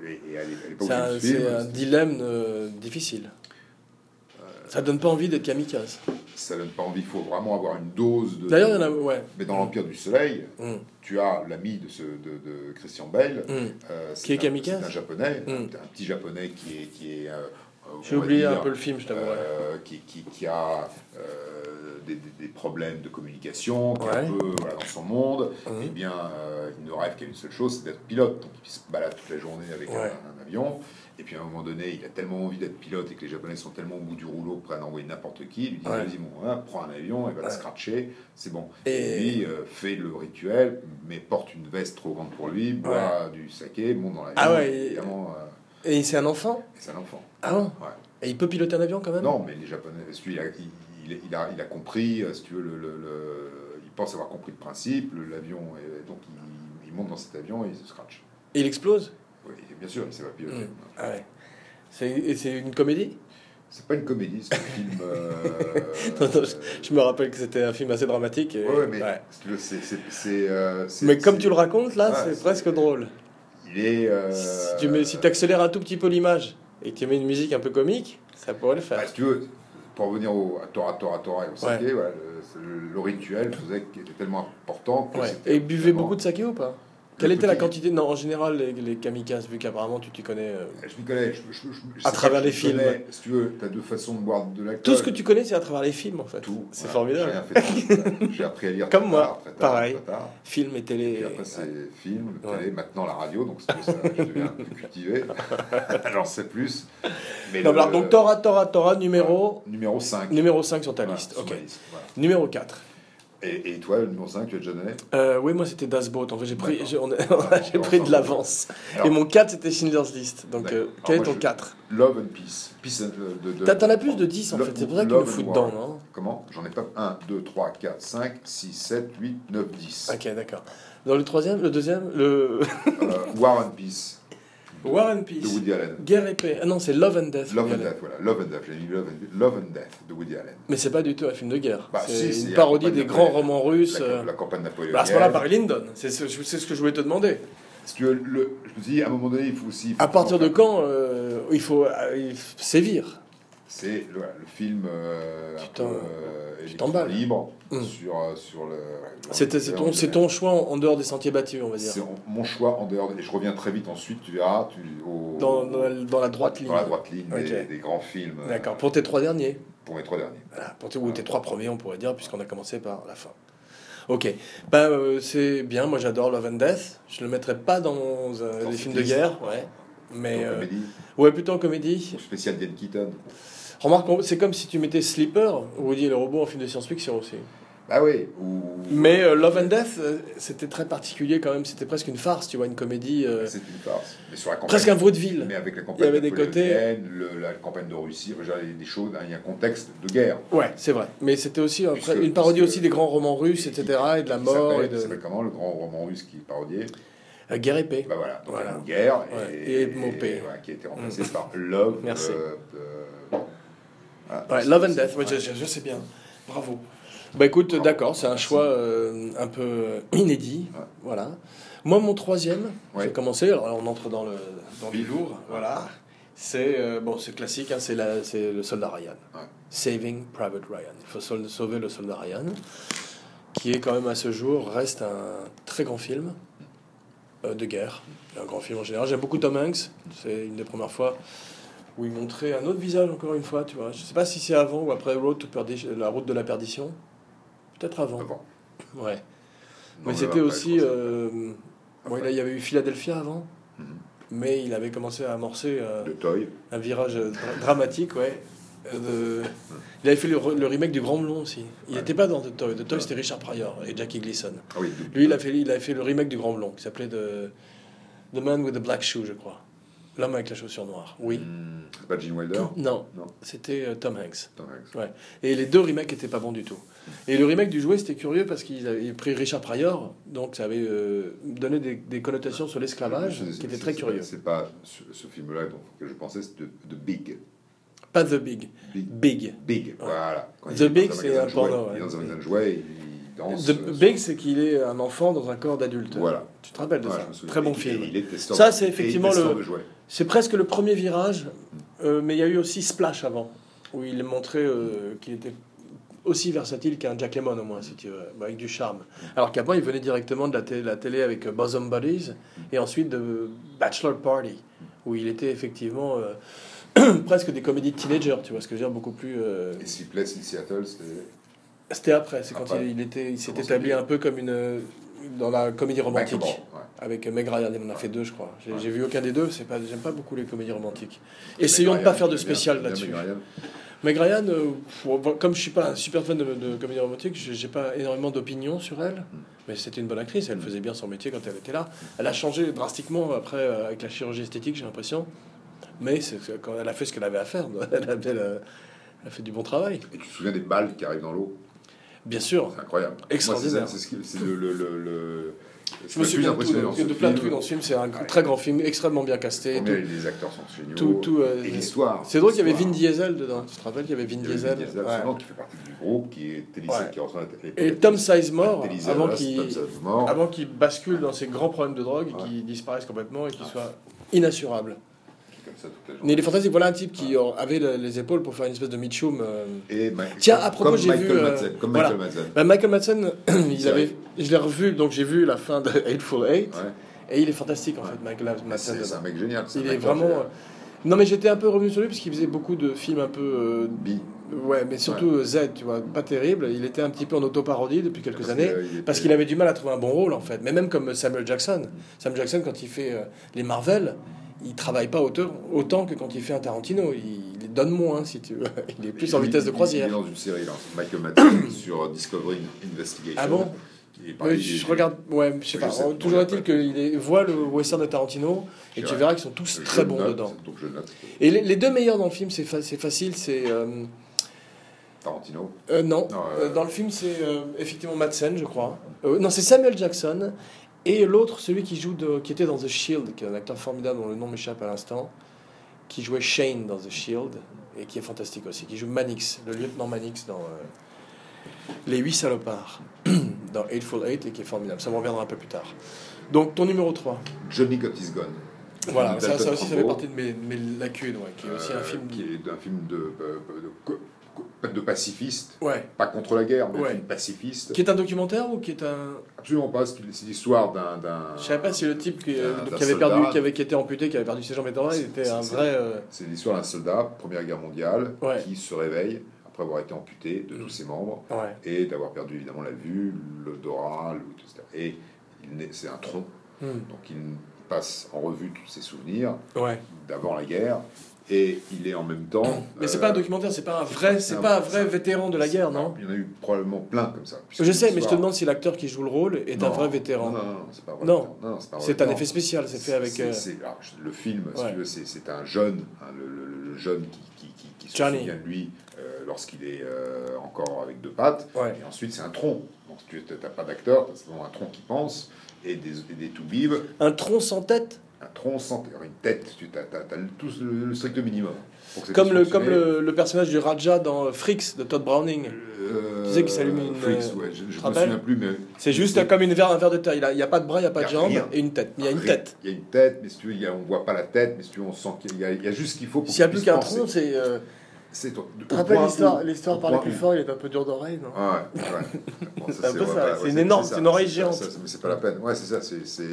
B: et- et à l'époque
A: C'est
B: où
A: un,
B: je filme,
A: c'est un dilemme euh, difficile.
B: Euh,
A: Ça donne pas envie d'être kamikaze.
B: ça donne pas envie. Il faut vraiment avoir une dose de.
A: D'ailleurs, il y en a. Ouais.
B: Mais dans l'Empire du Soleil,
A: Mm.
B: tu as l'ami de, ce, de, de Christian Bale,
A: Mm.
B: euh, c'est
A: Qui est
B: un-
A: kamikaze
B: C'est un japonais,
A: Mm.
B: un un petit japonais qui est. Qui est euh, on
A: J'ai
B: va
A: oublié
B: dire,
A: un peu le film, je t'avoue. ouais.
B: euh, qui, qui, qui a euh, des, des- des problèmes de communication, qui est un
A: Ouais.
B: peu voilà, dans son monde,
A: Mhm.
B: et bien euh, il ne rêve qu'à une seule chose, c'est d'être pilote. Donc il se balade toute la journée avec
A: Ouais.
B: un, un avion, et puis à un moment donné, il a tellement envie d'être pilote et que les Japonais sont tellement au bout du rouleau prêts à envoyer n'importe qui, ils lui disent
A: Ouais.
B: vas-y mon hein, prends un avion, et va
A: Ouais.
B: te scratcher, c'est bon.
A: Et-
B: Et lui euh, fait le rituel, mais porte une veste trop grande pour lui, boit du saké, monte dans l'avion,
A: Ah ouais, et-
B: évidemment, euh,
A: Et c'est un enfant
B: et c'est un enfant.
A: Ah bon
B: Ouais.
A: Et il peut piloter un avion quand même
B: Non, mais les Japonais, celui, il, a, il- il- il a, il a compris, euh, si tu veux, le, le- le- il pense avoir compris le principe, le- l'avion, et donc il, il monte dans cet avion et il se scratch.
A: Et il explose
B: Oui, et bien sûr, il ne sait pas piloter.
A: Mm. Ah ouais. C'est, et c'est une comédie
B: C'est pas une comédie, c'est un film. euh,
A: Non, non, Je me rappelle que c'était un film assez dramatique. et-
B: Ouais, ouais, mais
A: ouais.
B: si tu veux, c'est- c'est- c'est, euh, c'est-
A: Mais comme
B: c'est-
A: tu le racontes, là,
B: Ouais,
A: c'est
B: c'est-
A: presque drôle.
B: Il est. euh,
A: Si tu mets, si accélères un tout petit peu l'image et que tu mets une musique un peu comique, ça pourrait le faire.
B: bah, si tu veux, pour revenir au, à Tora, Tora, Tora et au saké,
A: Ouais.
B: voilà, le, c'est le- le rituel faisait qu'il était tellement important que
A: Ouais.
B: c'était
A: Et buvez
B: vraiment-
A: beaucoup de saké ou pas Quelle était
B: petit-
A: la quantité Non, en général, les, les kamikazes, vu qu'apparemment tu t'y connais. euh,
B: Je m'y connais. Je, je- je- je
A: À
B: sais
A: travers
B: pas, je
A: les films.
B: connais. si tu veux, tu as deux façons de boire de l'alcool.
A: Tout ce que tu connais, c'est à travers les films en fait.
B: Tout.
A: C'est
B: voilà.
A: formidable.
B: J'ai rien fait de tout. J'ai appris à lire.
A: Comme
B: très
A: moi,
B: tard, très tard,
A: pareil.
B: très tard.
A: Films et
B: Et,
A: télé.
B: après, c'est
A: ouais.
B: film,
A: Ouais.
B: télé, maintenant la radio. Donc, si tu veux, ça, je deviens un peu cultivé. Alors, c'est plus. Mais
A: Non,
B: le-
A: alors, donc Torah, Torah, Torah, numéro,
B: Numéro 5.
A: numéro 5 sur ta liste. Ok. Numéro 4.
B: Et, et toi, le numéro 5, tu as déjà donné
A: Euh, oui, moi c'était Das Boot. En fait, j'ai pris,
B: D'accord.
A: j'ai, on a- j'ai
B: on
A: pris
B: s'en
A: de
B: fout.
A: l'avance.
B: Alors-
A: Et mon 4, c'était Schindler's List. Donc,
B: D'accord.
A: euh,
B: Alors,
A: quel
B: moi,
A: est ton
B: je-
A: 4
B: Love and Peace. Peace and, euh, de, de-
A: T'as- T'en as plus de 10 en
B: Love-
A: fait. C'est pour ça que tu
B: Love
A: le fous
B: and
A: dedans,
B: War.
A: non
B: Comment J'en ai pas. 1, 2, 3, 4, 5, 6, 7, 8, 9, 10.
A: Ok, d'accord. hein. Dans le troisième, le deuxième, le
B: Euh, War and Peace
A: War and
B: de
A: Peace.
B: Woody Allen.
A: Guerre et paix. Ah non, c'est Love and Death.
B: Love and
A: Allen.
B: Death, voilà. Love and Death, j'ai mis Love and, Love and Death de Woody Allen.
A: Mais c'est pas du tout un film de guerre.
B: Bah,
A: c'est
B: si, c'est
A: une
B: la
A: parodie
B: campagne
A: des grands
B: napoléonienne.
A: romans russes.
B: La,
A: euh,
B: la campagne
A: bah, à ce moment-là,
B: napoléonienne.
A: par Lyndon. C'est ce, je- c'est ce que je voulais te demander.
B: Si tu veux, le, je me dis, à un moment donné, il faut aussi. il faut
A: À partir de
B: faire-
A: quand euh, il faut euh, il faut sévir
B: C'est le, voilà, le film. Euh,
A: Tu
B: un peu,
A: t'en-
B: euh, électro-
A: t'emballes.
B: Libre
A: Hum.
B: sur, euh, sur le.
A: C'était- C'est ton, c'est ton choix en en dehors des sentiers battus, on va dire.
B: C'est mon choix en dehors. de- Et je reviens très vite ensuite, tu verras. Tu, au-
A: Dans, dans la- dans la droite ligne.
B: dans la droite ligne des- des,
A: Ok.
B: grands films. euh,
A: D'accord. Pour tes trois derniers.
B: Pour mes trois derniers.
A: Voilà, pour
B: Ah
A: tes, ou tes trois premiers, on pourrait dire, puisqu'on a commencé par la fin. Ok, ben, euh, c'est bien, moi j'adore Love and Death, je le mettrai pas dans euh,
B: Dans
A: les
B: cette
A: films de
B: liste.
A: guerre, ouais. Mais,
B: Donc,
A: euh,
B: comédie,
A: ouais, plutôt en comédie.
B: ou spécial Diane Keaton.
A: Remarque, on- c'est comme si tu mettais Sleeper, Woody et le robot en film de science-fiction aussi.
B: Ah oui. Ou,
A: Mais euh, Love and Death, euh, c'était très particulier quand même, c'était presque une farce, tu vois, une comédie, euh,
B: C'est une farce. Mais sur la campagne.
A: presque un vaudeville.
B: Mais avec la campagne
A: Il y avait des
B: napoléonienne, le- la campagne de Russie, déjà, il y a des choses, hein, il y a un contexte de guerre.
A: Ouais, c'est vrai. Mais c'était aussi après,
B: Puisque-
A: une parodie
B: puisque-
A: aussi des grands romans russes, etc., et de la
B: Qui
A: mort,
B: s'appelle-
A: et
B: qui
A: de
B: s'appelle comment le grand roman russe qui est parodié
A: la guerre épée.
B: Bah voilà, donc
A: Voilà.
B: la guerre
A: Ouais,
B: et,
A: et mot paix.
B: voilà, qui a été remplacé par Love.
A: Mm. Merci.
B: euh, de- voilà,
A: Ouais,
B: c'est-
A: Love and
B: c'est-
A: Ah, Death, ouais,
B: ouais.
A: je, je- je sais bien. Bravo. Bah écoute,
B: Bravo.
A: d'accord, c'est un choix euh, un peu euh, inédit.
B: Ouais.
A: Voilà. Moi, mon troisième,
B: Ouais.
A: j'ai commencé, alors là, on entre dans le, dans le
B: Vif.
A: lourd, voilà. C'est euh, bon, c'est classique, hein, c'est la- c'est le soldat Ryan.
B: Ouais.
A: Saving Private Ryan. Il faut sol- sauver le soldat Ryan, qui est quand même à ce jour, reste un très grand film euh, de guerre. Un grand film en général. J'aime beaucoup Tom Hanks. C'est une des premières fois où il montrait un autre visage, encore une fois, tu vois. Je sais pas si c'est avant ou après Road to Perdition, la route de la perdition. Peut-être avant.
B: Avant.
A: Ouais.
B: Non,
A: Mais
B: là,
A: c'était
B: après,
A: aussi.
B: je pense-
A: euh, ouais, là, il y avait eu Philadelphia avant.
B: Mhm.
A: Mais il avait commencé à amorcer euh,
B: De Toy.
A: un virage euh, dra- dramatique, ouais. Euh, de- Il avait fait le, re- le remake du Grand Blond aussi. Il
B: Ouais.
A: n'était pas dans The Toy. The Toy,
B: Ouais.
A: c'était Richard Pryor et Jackie Gleason.
B: Ah oui, de-
A: Lui, il a fait, il a fait le remake du Grand Blond qui s'appelait The, The Man with the Black Shoe, je crois. L'homme avec la chaussure noire. Oui.
B: Hmm, c'est pas Gene Wilder
A: Non.
B: Non.
A: C'était euh, Tom Hanks.
B: Tom Hanks.
A: Et les deux remakes étaient pas bons du tout. Et le remake du jouet, c'était curieux parce qu'ils avaient pris Richard Pryor, donc ça avait euh, donné des, des connotations sur l'esclavage
B: C'est- c'est-
A: qui étaient
B: c'est-
A: très
B: c'est-
A: curieux.
B: C'est pas ce, ce film-là dont que je pensais, c'est de, de Big.
A: Pas The Big.
B: Big.
A: Big.
B: Big, voilà. Quand
A: The
B: il est dans
A: Big,
B: un
A: c'est
B: magasin
A: un
B: de jouets,
A: porno,
B: Il est
A: ouais.
B: dans un magasin de jouets, il danse.
A: The
B: euh,
A: Big, c'est qu'il est un enfant dans un corps d'adulte.
B: Voilà.
A: Tu te rappelles de
B: Voilà, je
A: ça
B: me souviens.
A: Très bon
B: Et-
A: film.
B: et il est testeur-
A: Ça, c'est
B: et il est
A: effectivement
B: testeur
A: le-
B: de jouets.
A: C'est presque le premier virage, euh, mais il y a eu aussi Splash avant, où il montrait euh, qu'il était aussi versatile qu'un Jack Lemmon au moins, si tu veux, bah, avec du charme. Alors qu'avant, il venait directement de la télé, la télé avec euh, Bosom Buddies et ensuite de Bachelor Party, où il était effectivement euh, presque des comédies de teenager, tu vois ce que je veux dire, beaucoup plus... euh,
B: Et s'il plaît, si Seattle, c'est.
A: C'était après, c'est quand
B: Après.
A: il, il était, il s'est
B: Comment ça
A: établi
B: s'appelle
A: un peu comme une... dans la comédie romantique.
B: Back to Ball, ouais.
A: Avec Meg Ryan, il en a fait deux, je crois. J'ai
B: Ouais.
A: j'ai vu aucun des deux, c'est pas, j'aime pas beaucoup les comédies romantiques.
B: Meg
A: Essayons de pas
B: Ryan,
A: faire de
B: j'aime bien,
A: spécial
B: j'aime bien
A: là-dessus.
B: Meg Ryan.
A: Meg Ryan, euh, pff, comme je suis pas un super fan de, de comédie romantique, j'ai j'ai pas énormément d'opinion sur elle,
B: Mm.
A: mais c'était une bonne actrice, elle faisait bien son métier quand elle était là. Elle a changé drastiquement après euh, avec la chirurgie esthétique, j'ai l'impression, mais c'est c'est- quand elle a fait ce qu'elle avait à faire, elle a, elle a- elle a fait du bon travail.
B: Et tu te souviens des balles qui arrivent dans l'eau
A: Bien sûr,
B: C'est incroyable.
A: Extraordinaire.
B: Moi, C'est ça, c'est ce qui- c'est le. le, le, le-
A: je me
B: ce qui
A: souviens
B: m'a
A: de,
B: plus
A: tout,
B: impressionné
A: de,
B: dans
A: de
B: ce
A: plein de
B: film.
A: trucs dans ce film, c'est un
B: Ouais.
A: très grand film, extrêmement bien casté.
B: Combien
A: tout-
B: Les acteurs sont géniaux.
A: tout- tout, euh,
B: et l'histoire.
A: C'est drôle qu'il y avait Vin
B: l'histoire.
A: Diesel dedans. Tu te rappelles, il y avait Vin
B: Il y avait
A: Diesel.
B: Vin Diesel,
A: Ouais.
B: absolument, qui fait partie du groupe, qui est Télisé,
A: Ouais.
B: qui ressemble à Télisé.
A: Et Tom Sizemore,
B: Télisé
A: avant
B: Rust, Tom
A: qu'il
B: Selleck mort.
A: avant qu'il bascule dans ses grands problèmes de drogue,
B: Ouais.
A: qui disparaissent complètement et qui
B: Ouais.
A: soient inassurables.
B: qui est comme ça toute la
A: Mais
B: journée.
A: il est fantastique. Voilà un type qui or- avait le- les épaules pour faire une espèce de Mitchum. euh.
B: Et Ma-
A: Tiens,
B: comme-
A: à propos,
B: comme
A: j'ai
B: Michael
A: vu, euh,
B: Madsen, comme
A: voilà.
B: Michael Madsen.
A: Bah, Michael Madsen, ils
B: C'est
A: avaient,
B: vrai.
A: je l'ai revu, donc j'ai vu la fin de Hateful Eight.
B: Ouais.
A: Et il est fantastique en
B: Ouais.
A: fait, Michael
B: Mais
A: Madsen.
B: C'est c'est
A: dedans.
B: un mec génial. c'est un
A: Il est
B: acteur
A: vraiment. euh,
B: génial.
A: Non, mais j'étais un peu revenu sur lui parce qu'il faisait beaucoup de films un peu euh,
B: Bi.
A: Ouais, mais surtout euh, Z, tu vois, pas terrible. Il était un petit peu en autoparodie depuis quelques
B: Parce
A: années.
B: que, euh, il était-
A: Parce qu'il avait du mal à trouver un bon rôle, en fait. Mais même comme euh, Samuel Jackson. Samuel Jackson, quand il fait euh, les Marvel, il travaille pas auteur- autant que quand il fait un Tarantino. Il, il donne moins, si tu veux. Il est plus en
B: Il-
A: vitesse de
B: il- Il
A: croisière.
B: est dans une série, là, Michael Madsen, sur euh, Discovery Investigation.
A: Ah bon
B: Il est
A: Ouais,
B: pareil, il-
A: je regarde, ouais, je sais
B: Je
A: pas.
B: sais,
A: Euh,
B: moi,
A: Toujours
B: j'ai
A: est-il
B: pas-
A: qu'il est- voit le western de Tarantino et
B: Je
A: tu
B: verrai.
A: verras qu'ils sont tous
B: je
A: très bons
B: note,
A: dedans.
B: Donc je note
A: Et les, les deux meilleurs dans le film, c'est fa- c'est facile, c'est. euh,
B: Tarantino.
A: Euh, non.
B: Non,
A: Euh,
B: euh,
A: dans le film, c'est euh, effectivement Madsen, je crois. Euh, non, c'est Samuel Jackson. Et l'autre, celui qui joue de, qui était dans The Shield, qui est un acteur formidable dont le nom m'échappe à l'instant, qui jouait Shane dans The Shield et qui est fantastique aussi, qui joue Manix, le lieutenant Manix dans euh, Les Huit Salopards, dans Hateful Eight et qui est formidable. Ça me reviendra un peu plus tard. Donc ton numéro 3.
B: Johnny Got His Gun.
A: Voilà,
B: Dalton
A: ça, ça aussi, ça fait
B: Mmh. Trumbo.
A: partie de mes, de mes lacunes, ouais, qui est aussi
B: Euh,
A: un film.
B: qui est un film de, euh, de, co- co- de pacifiste,
A: Ouais.
B: pas contre la guerre, mais
A: Ouais.
B: un film pacifiste.
A: Qui est un documentaire ou qui est un.
B: Absolument pas, parce que c'est l'histoire d'un- d'un.
A: Je savais pas si le type qui, euh,
B: d'un-
A: qui
B: d'un
A: avait
B: soldat.
A: perdu, qui avait qui était amputé, qui avait perdu ses jambes et des bras, il
B: C'est-
A: était
B: Ah, c'est-
A: un
B: c'est-
A: vrai. euh,
B: C'est l'histoire d'un soldat, Première Guerre mondiale,
A: Ouais. Mm.
B: qui se réveille après avoir été amputé de tous ses membres
A: Ouais.
B: et d'avoir perdu évidemment la vue, l'odorat, le- etc. Et il naît- c'est un tronc,
A: Hmm.
B: donc il passe en revue tous ses souvenirs
A: Ouais.
B: d'avant la guerre et il est en même temps.
A: Mais c'est
B: euh,
A: pas un documentaire, c'est pas un vrai, c'est
B: un-
A: pas un vrai
B: c'est un-
A: vétéran de la guerre, non
B: Il y en a eu probablement plein comme ça. puisque
A: Je sais, mais je
B: l'histoire-
A: te demande si l'acteur qui joue le rôle est un
B: Non,
A: vrai vétéran.
B: Non, non, non, c'est pas un vrai
A: Non.
B: vétéran. Non, non, c'est pas un vrai
A: C'est un
B: vétéran.
A: effet spécial, c'est fait avec.
B: C'est-
A: euh,
B: c'est- alors, je- le film, si
A: Ouais.
B: tu veux, c'est, c'est un jeune, hein, le, le- le- le jeune qui, qui, qui, qui se
A: Johnny.
B: souvient de lui euh, lorsqu'il est euh, encore avec deux pattes.
A: Ouais.
B: Et ensuite, c'est un tronc. Donc, tu n'as pas d'acteur, tu as simplement un tronc qui pense et des, et des toubibs.
A: Un tronc sans tête
B: un tronc sans tête, une tête, tu as, tout le, le strict minimum. pour que ça
A: Comme,
B: puisse
A: le,
B: fonctionner.
A: comme le, le personnage du Raja dans euh, Fricks de Todd Browning.
B: Euh,
A: Tu sais qu'il s'allume une,
B: Freaks,
A: euh,
B: ouais, je, je me
A: rappelle
B: souviens plus, mais
A: C'est juste euh, comme une verre, un verre de terre. Il n'y a, pas de bras, il n'y a pas
B: Y a
A: de jambes
B: rien.
A: et une tête. Il y a une
B: Ré-
A: tête.
B: Il y a une tête, mais si tu veux, il y a- on voit pas la tête, mais si tu veux, on sent qu'il y, a- il y a juste ce qu'il faut pour
A: S'il n'y a
B: qu'on
A: plus
B: puisse
A: qu'un
B: penser.
A: tronc, c'est. euh,
B: C'est ton- de- au
A: Rappelle
B: point
A: l'histoire,
B: où-
A: l'histoire
B: au
A: parlait
B: point
A: plus
B: où-
A: fort, il est un peu dur d'oreille, non
B: Ouais, ouais. Bon,
A: C'est un peu
B: on va
A: ça,
B: pas-
A: c'est
B: ouais,
A: une énorme- c'est une oreille
B: ça,
A: géante.
B: ça, ça, mais c'est pas la peine. Ouais, c'est ça. C'est c'est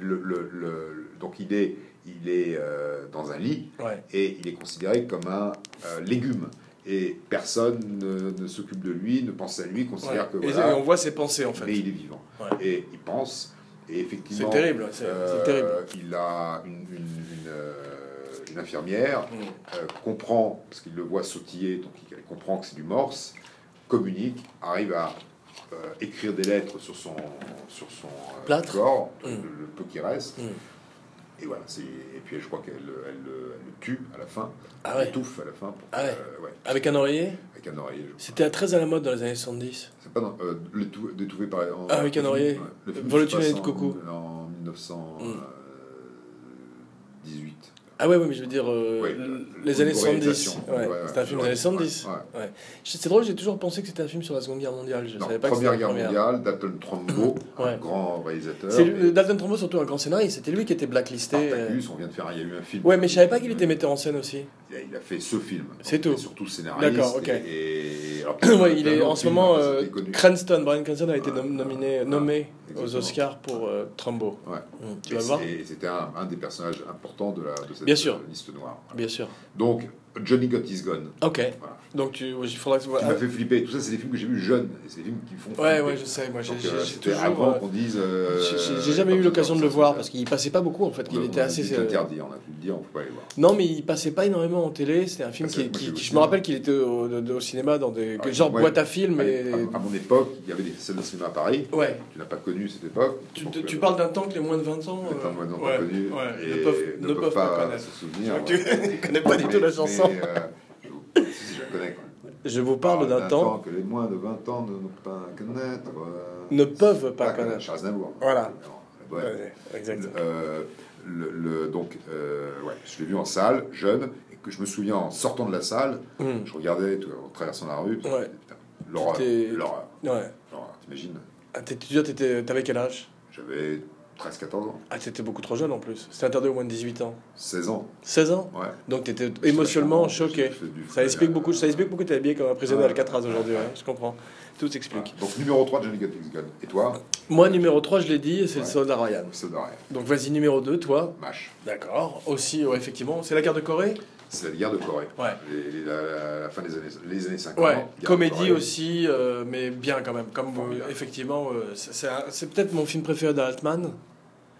B: le, le- le- donc il est il est euh, dans un lit
A: Ouais.
B: et il est considéré comme un euh, légume et personne ne, ne s'occupe de lui, ne pense à lui, considère que
A: Et,
B: voilà,
A: et on voit ses pensées, en
B: mais
A: fait.
B: il est vivant
A: Ouais.
B: et il pense et
A: C'est
B: effectivement
A: terrible, c'est
B: euh,
A: c'est terrible.
B: il a une, une- une, euh, une infirmière
A: Mm.
B: euh, comprend, parce qu'il le voit sautiller, donc il comprend que c'est du morse, communique, arrive à euh, écrire des lettres sur son, sur son euh,
A: Plâtre.
B: corps,
A: Mm.
B: le, le peu qui reste.
A: Mm.
B: Et voilà, c'est- et puis je crois qu'elle le- elle le elle le tue à la fin,
A: Ah
B: elle
A: ouais.
B: l'étouffe à la fin, pour-
A: Ah ouais.
B: euh, ouais,
A: Avec un oreiller
B: avec un oreiller. je-
A: C'était très à la mode dans les années 70.
B: C'est pas dans, euh, le tout, d'étouffer par en-
A: Ah, avec un
B: le film,
A: oreiller.
B: ouais, film
A: Vol au
B: se passe
A: tunnel de
B: en-
A: Coco.
B: En euh, 1918.
A: Ah ouais, ouais, mais je veux dire, euh,
B: Ouais,
A: l-
B: le-
A: les
B: le-
A: années
B: une
A: 70.
B: réalisation.
A: Ouais,
B: Ouais,
A: c'était un
B: ouais,
A: film
B: ouais,
A: des années 70.
B: ouais,
A: ouais. Je- C'est drôle, j'ai toujours pensé que c'était un film sur la Seconde Guerre mondiale. Je
B: Non,
A: savais pas que c'était
B: première
A: la
B: guerre
A: première.
B: mondiale, Dalton Trumbo,
A: Ouais.
B: un grand réalisateur.
A: C'est
B: et
A: le- Dalton Trumbo, surtout un grand scénariste. C'était lui qui était blacklisté. euh.
B: Spartacus, on vient de faire, il y a eu un film.
A: Ouais, mais je savais pas qu'il était metteur en scène aussi.
B: Il a, il a fait ce film.
A: C'est
B: Il est
A: tout.
B: surtout scénariste.
A: D'accord, ok.
B: Et, et- alors,
A: ouais, il
B: un
A: est
B: autre
A: en ce
B: film,
A: moment.
B: hein,
A: euh,
B: c'était connu.
A: Cranston, Brian Cranston a été nom-
B: Ouais,
A: nominé,
B: ouais,
A: nommé aux
B: exactement.
A: Oscars pour euh, Trumbo.
B: Ouais.
A: Hum, Tu
B: Et
A: vas
B: c'est-
A: voir
B: et C'était un, un des personnages importants de, la, de cette
A: Bien sûr.
B: euh, liste noire.
A: Bien sûr.
B: Donc, Johnny Got His Gun.
A: Ok.
B: Voilà.
A: Donc tu, ouais, il faudra que tu vois.
B: Qui m'a fait flipper. Tout ça, c'est des films que j'ai vus jeunes. Et c'est des films qui font
A: Ouais,
B: flipper.
A: ouais, je sais. Moi, j'ai
B: Donc,
A: j'ai-
B: euh,
A: j'ai
B: c'était
A: toujours.
B: avant
A: euh,
B: qu'on dise. euh,
A: j'ai- j'ai- J'ai jamais eu l'occasion de le voir parce qu'il passait pas beaucoup en fait.
B: On
A: Il
B: a-
A: était
B: on a
A: assez.
B: dû
A: euh,
B: t'interdire, on a pu le dire, on ne peut pas aller voir.
A: Non, mais il passait pas énormément en télé. C'était un film
B: Parce
A: qui,
B: que moi,
A: qui-
B: j'ai
A: qui- je me
B: vu au cinéma.
A: rappelle qu'il était au, de- de- au cinéma dans des
B: Ah oui,
A: genre
B: ouais.
A: boîte à films.
B: À
A: Et...
B: l'é- À, à mon époque, il y avait des salles de cinéma à Paris.
A: Ouais.
B: Tu n'as pas connu cette époque.
A: Tu,
B: Donc,
A: tu- tu
B: euh,
A: parles d'un temps que les moins de 20 ans.
B: les
A: euh,
B: gens qui n'ont
A: ouais,
B: pas connu
A: ouais,
B: et
A: ne peuvent, ne peuvent pas, connaître.
B: se souvenir.
A: Tu vois que tu connais pas du
B: Mais-
A: tout la chanson.
B: mais, euh, je- si, je la connais, quoi.
A: Je vous
B: Ah,
A: parle d'un temps
B: que les moins de 20 ans ne n'ont pas à connaître. euh,
A: ne peuvent pas
B: pas connaître.
A: connaître.
B: Charles Aznavour.
A: Voilà.
B: Ouais.
A: Ouais, exactement.
B: Euh, le, le- donc, euh, ouais, je l'ai vu en salle, jeune, et que je me souviens en sortant de la salle,
A: Mm.
B: je regardais tout- en traversant la rue,
A: Ouais.
B: putain, l'horreur,
A: T'étais-
B: l'horreur,
A: Ouais.
B: l'horreur, t'imagines
A: Ah, t'es étudiant, t'étais- t'avais quel âge
B: J'avais 13-14 ans,
A: Ah, t'étais beaucoup trop jeune en plus. C'était interdit au moins de 18 ans.
B: 16 ans,
A: 16 ans
B: ouais.
A: Donc t'étais émotionnellement choqué.
B: Je fais du
A: Ça
B: foot.
A: explique beaucoup, ça explique beaucoup que t'es habillé comme un prisonnier
B: Ouais.
A: d'Alcatraz aujourd'hui,
B: Ouais.
A: ouais, je comprends. Tout s'explique.
B: Donc numéro 3 de Johnny Got His Gun. Et toi
A: Moi, numéro 3, je l'ai dit, et c'est le
B: Ouais.
A: soldat Ryan.
B: C'est de rien.
A: Donc vas-y, numéro 2, toi.
B: Mash.
A: D'accord. Aussi, ouais, effectivement, c'est la guerre de Corée
B: C'est la guerre de Corée.
A: Ouais.
B: Les- les- la, la- la fin des années, les années 50.
A: Ouais,
B: guerre de
A: comédie
B: Corée.
A: aussi, euh, mais bien quand même. Comme euh,
B: Formidable.
A: effectivement, euh, c'est- c'est un- c'est peut-être mon film préféré d'Altman.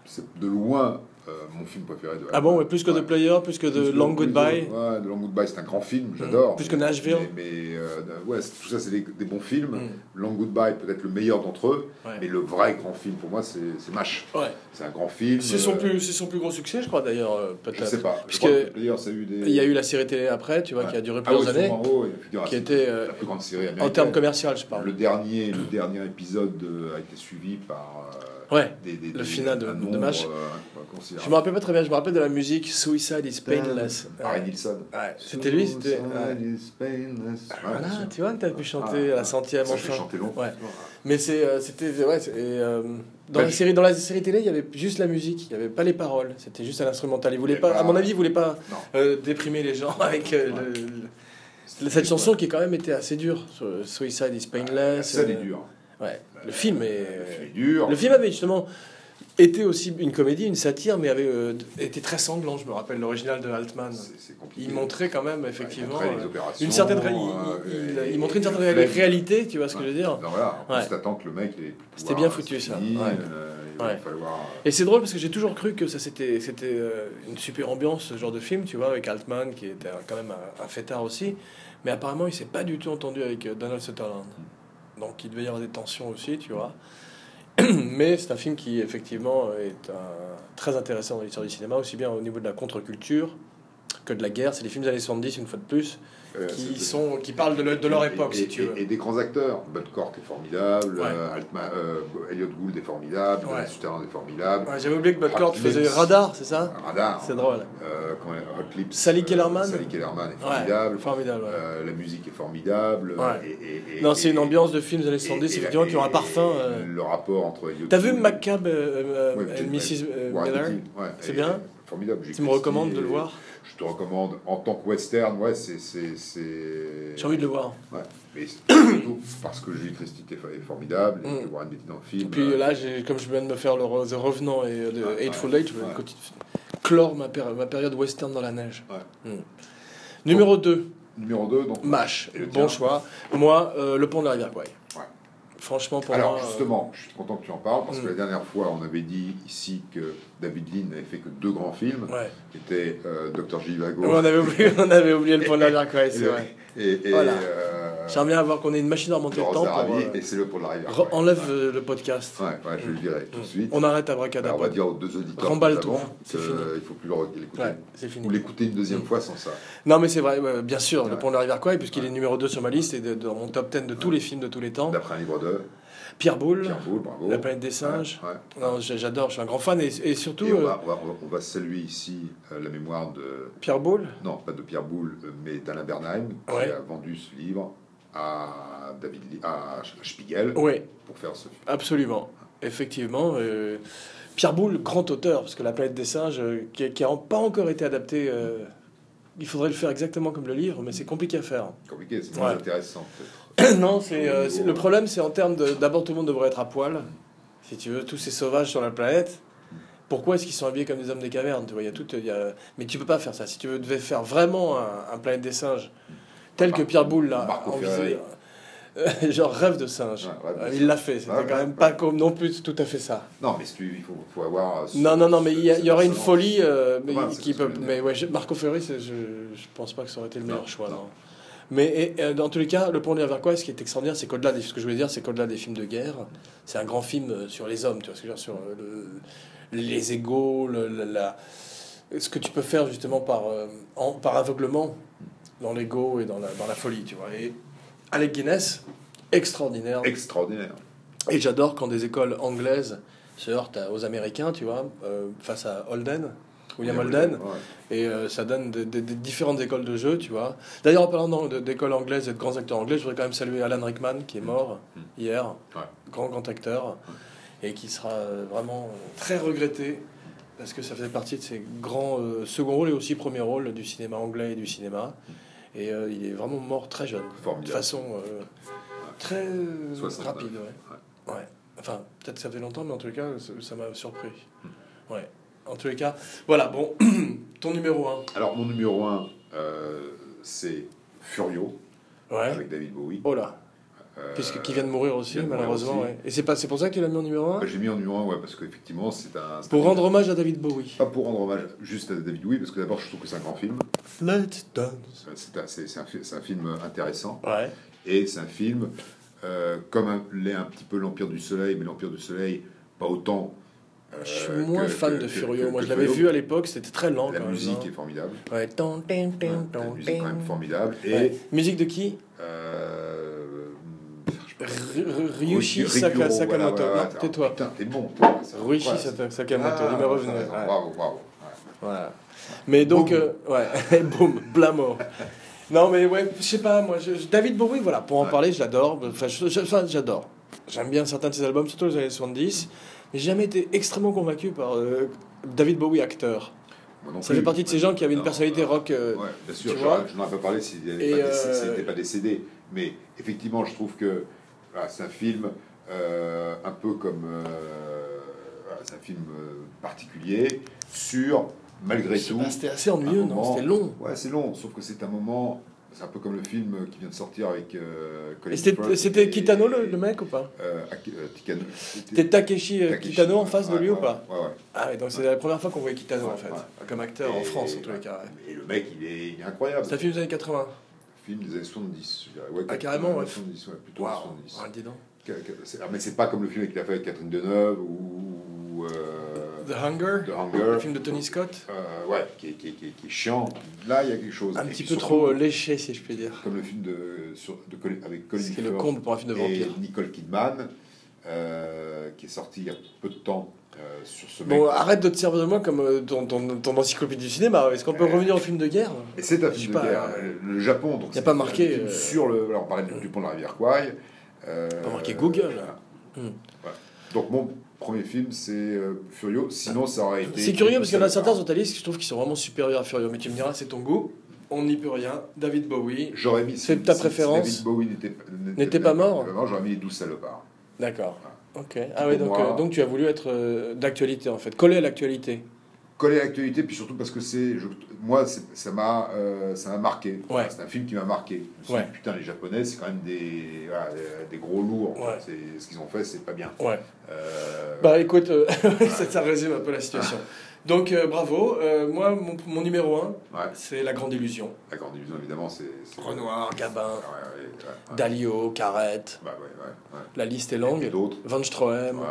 B: C'est de loin euh, mon film préféré de
A: Ah bon, ouais, plus que de
B: Ouais.
A: Player, plus que de
B: Plus
A: Long
B: plus
A: Goodbye. Mm.
B: de- Ouais, de Long Goodbye, c'est un grand film, j'adore.
A: Plus que Nashville.
B: Mais, mais, euh, ouais, c'est- tout ça, c'est des, des bons films.
A: Mm.
B: Long Goodbye, peut-être le meilleur d'entre eux.
A: Ouais.
B: Mais le vrai grand film, pour moi, c'est c'est Mash.
A: Ouais.
B: C'est un grand film.
A: C'est son,
B: euh,
A: plus- c'est son plus gros succès, je crois d'ailleurs, euh,
B: Je sais
A: peut-être.
B: pas.
A: Parce
B: Je crois
A: que
B: que Player, ça a eu des.
A: Il y a eu la série télé après, tu vois,
B: Ouais.
A: qui a duré
B: Ah oui,
A: plusieurs années.
B: Sous Maro, et puis il y aura-
A: qui était, euh,
B: la plus grande série
A: En
B: américaine.
A: termes commerciaux, je parle.
B: Le dernier, le dernier épisode euh, a été suivi par euh,
A: Ouais.
B: des, des-
A: Le
B: des-
A: final de-
B: un
A: de
B: nombre,
A: Mash.
B: euh,
A: Je me
B: considérable.
A: rappelle pas très bien, je me rappelle de la musique Suicide is Painless.
B: Harry
A: Ouais.
B: Nilsson. Ah,
A: Ouais. C'était lui, c'était. ouais.
B: Suicide is painless. Ouais, bien
A: Voilà,
B: sûr.
A: tu vois, t'as pu chanter
B: Ah,
A: à la centième
B: ça, je l'ai
A: enfin.
B: chanté longtemps.
A: Ouais. Mais c'est, euh, c'était. Ouais, c'est- et, euh, dans,
B: Ben,
A: la
B: je-
A: série, dans la série télé, il y avait juste la musique, il n'y avait pas les paroles, c'était juste un instrumental. Il voulait
B: Il y avait
A: pas, à
B: pas-
A: mon avis, il voulait pas
B: Non.
A: euh, déprimer les gens avec euh,
B: Ouais.
A: le- le- cette chanson qui, quand même, était assez dure. sur, euh, Suicide is Painless.
B: Ça, elle est
A: euh,
B: dur.
A: Ouais, le film
B: Le film est
A: est.
B: dur.
A: Le film avait justement été aussi une comédie, une satire, mais avait euh, été très sanglant, je me rappelle, l'original de Altman.
B: C'est c'est compliqué.
A: Il montrait quand même,
B: Mm. Ouais, il
A: effectivement,
B: montrait les
A: euh,
B: opérations,
A: une certaine. ré-
B: euh,
A: il- il-
B: et-
A: il- il montrait une
B: et le
A: certaine
B: flemme.
A: ré- réalité, tu vois ce que
B: Ouais.
A: je veux dire.
B: Alors Ben voilà, on
A: Ah. Ouais.
B: s'attend que le mec. il ait plus de
A: C'était
B: pouvoir,
A: bien foutu,
B: c'est
A: ça.
B: fini,
A: Ouais.
B: euh, Il va
A: Ouais.
B: falloir.
A: Et c'est drôle parce que j'ai toujours cru que ça c'était c'était euh, une super ambiance ce genre de film, tu vois, avec Altman qui était euh, quand même un, un fêtard aussi, mais apparemment il s'est pas du tout entendu avec euh, Donald Sutherland. Donc il devait y avoir des tensions aussi, tu vois. Mais c'est un film qui effectivement est un- très intéressant dans l'histoire du cinéma, aussi bien au niveau de la contre-culture que de la guerre. C'est les films des années 70, une fois de plus,
B: Euh,
A: qui,
B: c'est-
A: sont, qui parlent de, le- de leur
B: et-
A: époque,
B: et,
A: si tu
B: et-
A: veux.
B: et des grands acteurs. Butcourt est formidable,
A: Ouais.
B: euh, Altman- euh, Elliot Gould est formidable,
A: Ouais.
B: Donald Sutherland est formidable,
A: Ouais, J'avais oublié que Butcord
B: Ah,
A: faisait
B: James.
A: Radar, c'est ça
B: Radar,
A: C'est drôle.
B: euh, quand même, Hot Lips,
A: Sally
B: euh,
A: Kellerman.
B: Sally Kellerman est
A: Ouais,
B: formidable,
A: formidable. ouais.
B: euh, la musique est formidable.
A: Ouais.
B: et- et- et-
A: non, c'est
B: et-
A: une ambiance de films des années
B: et-
A: 70,
B: et-
A: effectivement,
B: et-
A: qui ont un parfum. euh.
B: Le rapport entre Elliot
A: T'as vu
B: Gould et-
A: McCabe euh, euh,
B: Ouais,
A: and Mrs. euh,
B: Warren
A: Miller
B: Beatty, ouais,
A: C'est
B: et-
A: bien
B: Formidable. J'ai
A: Tu me
B: Christie
A: recommandes de le
B: et-
A: voir
B: Je te recommande en tant que western, ouais, c'est. c'est- c'est-
A: J'ai envie de le voir.
B: Ouais, mais surtout parce que Julie Christie est, fa- est formidable, et que
A: Mm.
B: Warren Beatty dans le
A: Et
B: film.
A: puis
B: euh,
A: là, j'ai- comme je viens de me faire le Re- The Revenant et le
B: Ouais,
A: Hateful
B: ouais,
A: Eight, je vais
B: ouais.
A: continuer- clore ma, péri- ma période western dans la neige.
B: Ouais.
A: Hmm. Numéro 2,
B: Numéro 2, donc.
A: MASH.
B: Et le
A: Bon
B: tien
A: choix. Moi, euh, Le Pont de la Rivière Kwai.
B: Ouais.
A: Franchement, pour
B: Alors
A: moi. euh,
B: justement, je suis content que tu en parles parce
A: Mm.
B: que la dernière fois, on avait dit ici que David Lean n'avait fait que deux grands films,
A: ouais.
B: qui étaient euh, Dr. Jivago
A: Ouais, on, avait oublié, on avait oublié Le Pont de la Rivière Kwai,
B: et,
A: c'est vrai.
B: et, et,
A: Voilà.
B: euh,
A: J'aimerais bien avoir qu'on ait une machine à remonter le temps
B: Laurence
A: pour.
B: Darabi,
A: euh,
B: et c'est le pour de la rivière.
A: re-
B: ouais.
A: Enlève euh, le podcast.
B: Ouais, ouais, je le dirai tout de suite.
A: On arrête
B: Alors, on va
A: Abracadabra.
B: dire aux deux auditeurs
A: Remballe
B: que nous
A: tout,
B: avons
A: c'est
B: que,
A: fini.
B: euh, il faut plus le re- l'écouter
A: Ouais, Mm. c'est fini.
B: ou l'écouter une deuxième fois sans ça.
A: Non, mais c'est vrai, ouais, bien sûr, Le
B: Ouais.
A: Pont de la Rivière Kwai, puisqu'il
B: Ouais.
A: est numéro 2 sur ma liste et de- dans mon top 10 de tous les films de tous les temps.
B: D'après un livre de
A: Pierre Boulle,
B: Pierre Boulle, bravo.
A: La planète des singes.
B: Ouais, ouais.
A: Non, j'- j'adore, je suis un grand fan et, et surtout
B: Et on
A: euh,
B: va, on va- on va- on va saluer ici euh, la mémoire de,
A: Pierre Boulle.
B: non pas de Pierre Boulle, euh, mais d'Alain Bernheim,
A: Ouais.
B: qui a vendu ce livre à, David Lee- à Spiegel
A: Oui,
B: pour faire ce film.
A: absolument. Effectivement. euh, Pierre Boulle, grand auteur, parce que La planète des singes, euh, qui n'a pas encore été adapté, euh, il faudrait le faire exactement comme le livre, mais c'est compliqué à faire.
B: Compliqué, c'est moins
A: Ouais.
B: intéressant peut-être.
A: non, c'est euh, c'est- le problème, c'est en termes de. D'abord, tout le monde devrait être à poil. Si tu veux, tous ces sauvages sur la planète. Pourquoi est-ce qu'ils sont habillés comme des hommes des cavernes Tu vois, il y a tout. il y a- Mais tu peux pas faire ça. Si tu veux, devais faire vraiment un, un planète des singes, tel que
B: Marco-
A: Pierre Boulle l'a
B: Marco
A: envisagé.
B: Ferrari.
A: euh, Genre rêve de singe.
B: Bah, Ouais, rêve de
A: Euh,
B: singe.
A: il l'a fait. C'était
B: Ouais,
A: quand
B: ouais,
A: même
B: ouais.
A: pas comme non plus tout à fait ça.
B: Non, mais si tu- il faut, faut avoir. euh, ce-
A: Non, non, non, mais
B: ce-
A: il y, a- il y aurait une
B: ce-
A: folie euh, mais,
B: Ouais, c'est
A: qui
B: ce que
A: peut.
B: je veux dire.
A: Mais ouais, je- Marco Ferrari, c'est- je, je pense pas que ça aurait été le meilleur
B: Non,
A: choix.
B: non.
A: non. Mais et, euh, dans tous les cas, Le Pont de la Vercoise, ce qui est extraordinaire, c'est qu'au-delà des, ce que je voulais dire, c'est qu'au-delà des films de guerre, c'est un grand film euh, sur les hommes, tu vois, ce que je veux dire, sur euh, le- les égaux, le- la, la- ce que tu peux faire justement par, euh, en- par aveuglement dans l'ego et dans la, dans la folie, tu vois. Et Alec Guinness, extraordinaire.
B: Extraordinaire.
A: Et j'adore quand des écoles anglaises se heurtent à- aux Américains, tu vois, euh, face à Holden, William Holden,
B: Ouais.
A: et euh, ça donne des, des- des différentes écoles de jeu, tu vois. D'ailleurs, en parlant d'an- de- d'écoles anglaises et de grands acteurs anglais, je voudrais quand même saluer Alan Rickman, qui est mort
B: Mm.
A: hier,
B: Ouais.
A: grand, grand acteur, et qui sera euh, vraiment très regretté, parce que ça faisait partie de ses grands euh, second rôles et aussi premier rôle du cinéma anglais et du cinéma.
B: Mm.
A: Et euh, il est vraiment mort très jeune, de
B: Formidable.
A: façon euh, très euh,
B: 69.
A: rapide, ouais. Ouais. Enfin, peut-être que ça fait longtemps, mais en tous les cas, ça- ça m'a surpris. Ouais. En tous les cas, voilà, bon, ton numéro 1.
B: Alors, mon numéro 1, c'est Furio,
A: Ouais.
B: avec David Bowie.
A: Oh là,
B: Euh,
A: puisque qui vient de mourir aussi,
B: vient de mourir
A: malheureusement.
B: aussi.
A: ouais. Et c'est pas, c'est pour ça que tu l'as mis en numéro 1
B: bah, J'ai mis en numéro 1, ouais, parce qu'effectivement, c'est un. c'est
A: Pour
B: un-
A: rendre hommage à David Bowie.
B: Pas pour rendre hommage juste à David Bowie, parce que d'abord, je trouve que c'est un grand film.
A: Let's dance.
B: Euh, C'est un, c'est- c'est un fi- c'est un film intéressant.
A: Ouais.
B: Et c'est un film, euh, comme un- l'est un petit peu L'Empire du Soleil, mais L'Empire du Soleil, pas autant. euh,
A: Je suis moins
B: que-
A: fan de
B: que- que-
A: Furio.
B: que-
A: Moi,
B: que
A: je l'avais
B: Furio.
A: vu à l'époque, c'était très lent
B: La
A: quand
B: musique est
A: même.
B: formidable.
A: hein. Ouais. Ton, tin, tin,
B: Ouais, La
A: ton,
B: musique est quand
A: tin.
B: même formidable. Et.
A: Ouais. Musique de qui
B: euh,
A: R- R- Ryushi
B: Riguro,
A: Saka-
B: voilà,
A: Sakamoto.
B: voilà,
A: Non,
B: voilà.
A: tais-toi.
B: Putain, t'es bon. toi, ça me
A: Ryushi
B: passe.
A: Saka- Sakamoto, il me
B: Ah,
A: revenu.
B: t'as raison,
A: ouais.
B: Bravo, bravo. Ouais.
A: Voilà. Mais donc,
B: Boum.
A: euh, ouais, boum, blamo. Non, mais ouais, je sais pas, moi, je- je- David Bowie, voilà, pour en
B: Ouais.
A: parler, j'adore. Enfin, je- je- enfin, j'adore. J'aime bien certains de ses albums, surtout les années 70. Mais j'ai jamais été extrêmement convaincu par euh, David Bowie, acteur.
B: Moi non
A: Ça
B: plus.
A: fait partie de ces gens qui avaient une
B: Non,
A: personnalité
B: euh,
A: rock. euh,
B: Ouais, bien sûr,
A: tu vois.
B: je- je n'en ai pas parlé s'il n'était
A: Et,
B: pas, décédé-
A: euh,
B: s'il n'était pas décédé. Mais effectivement, je trouve que voilà, c'est un film euh, un peu comme. euh, voilà, c'est un film euh, particulier sur, malgré
A: je sais
B: tout. Ah
A: pas, C'était assez ennuyeux,
B: un
A: non
B: moment-
A: C'était long.
B: Ouais, c'est long, sauf que c'est un moment. C'est un peu comme le film qui vient de sortir avec euh, Colin
A: Et c'était-
B: Firth
A: C'était
B: et-
A: Kitano le, le mec ou pas
B: euh, Ak- euh, Tikano. C'était-
A: C'était Takeshi, euh,
B: Takeshi,
A: Kitano en
B: ouais,
A: face de
B: ouais,
A: lui ou
B: ouais,
A: pas
B: Ouais, ouais.
A: Ah, ouais, donc c'est
B: Ouais.
A: la première fois qu'on voyait Kitano en
B: Ouais,
A: fait,
B: ouais.
A: comme acteur en
B: Et-
A: France en tous les cas. ouais.
B: Et le mec, il est, il est incroyable.
A: C'est un film des années 80.
B: Film des années 70, je dirais. Ouais,
A: Ah, carrément, ouais.
B: 70, ouais, plutôt
A: Waouh,
B: 70.
A: ouais, dis donc.
B: Qu- qu- c'est- ah, Mais c'est pas comme le film qu'il a fait avec Catherine Deneuve ou. euh,
A: The Hunger,
B: The Hunger,
A: le film de Tony Scott,
B: euh, ouais, qui, est, qui, est- qui est- qui est chiant. Là, il y a quelque chose.
A: un
B: Et
A: petit
B: puis
A: peu
B: surtout,
A: trop euh, léché, si je puis dire.
B: Comme le film de, sur- de Colin- avec Colin
A: Ce qui est le
B: Firth
A: comble pour un film de
B: et
A: vampire.
B: Nicole Kidman, euh, qui est sorti il y a peu de temps euh, sur ce mec.
A: Bon, arrête de te servir de moi comme euh, ton, ton- ton encyclopédie du cinéma. Est-ce qu'on peut
B: Euh,
A: revenir au film de guerre
B: Et c'est un
A: Je
B: film
A: sais
B: de
A: pas,
B: guerre.
A: euh,
B: Le Japon, donc.
A: y a
B: c'est
A: pas
B: un
A: marqué,
B: film
A: euh,
B: Sur le. Alors, on parlait du pont de la rivière Kwai. euh,
A: Pas marqué Google.
B: voilà.
A: Hmm.
B: Ouais. Donc, mon premier film, c'est euh, Furio. Sinon, ça aurait été.
A: C'est curieux parce qu'il y en a certains sur ta liste que je trouve qui sont vraiment supérieurs à Furio. Mais tu me diras, c'est ton goût. On n'y peut rien. David Bowie.
B: J'aurais mis.
A: C'est
B: si-
A: ta
B: si- si
A: préférence.
B: David Bowie n'était pas-
A: N'était pas mort.
B: Non, j'aurais mis les 12 salopards.
A: D'accord. Ok. Ah oui,
B: Pour
A: donc,
B: moi-
A: euh, donc tu as voulu être euh, d'actualité en fait, collé à l'actualité.
B: Coller à l'actualité, puis surtout parce que c'est. je- Moi, c'est- ça m'a euh, ça m'a marqué.
A: Ouais.
B: C'est un film qui m'a marqué. Je me suis
A: Ouais.
B: dit, Putain, les Japonais, c'est quand même des, voilà, euh, des gros lourds.
A: Ouais.
B: C'est- Ce qu'ils ont fait, c'est pas bien.
A: Ouais.
B: Euh,
A: Bah écoute, euh, ça, ça résume un peu la situation.
B: Ah.
A: Donc euh, bravo. Euh, moi, mon, mon numéro 1,
B: ouais.
A: c'est La Grande Illusion.
B: La grande illusion, évidemment, c'est. c'est- Ah
A: Renoir,
B: Ouais,
A: Gabin,
B: ouais, ouais, ouais.
A: Dalio, Carrette.
B: Bah, ouais, ouais, ouais.
A: La liste est
B: Et
A: longue.
B: d'autres.
A: Van
B: Ouais,
A: Stroheim,
B: ouais,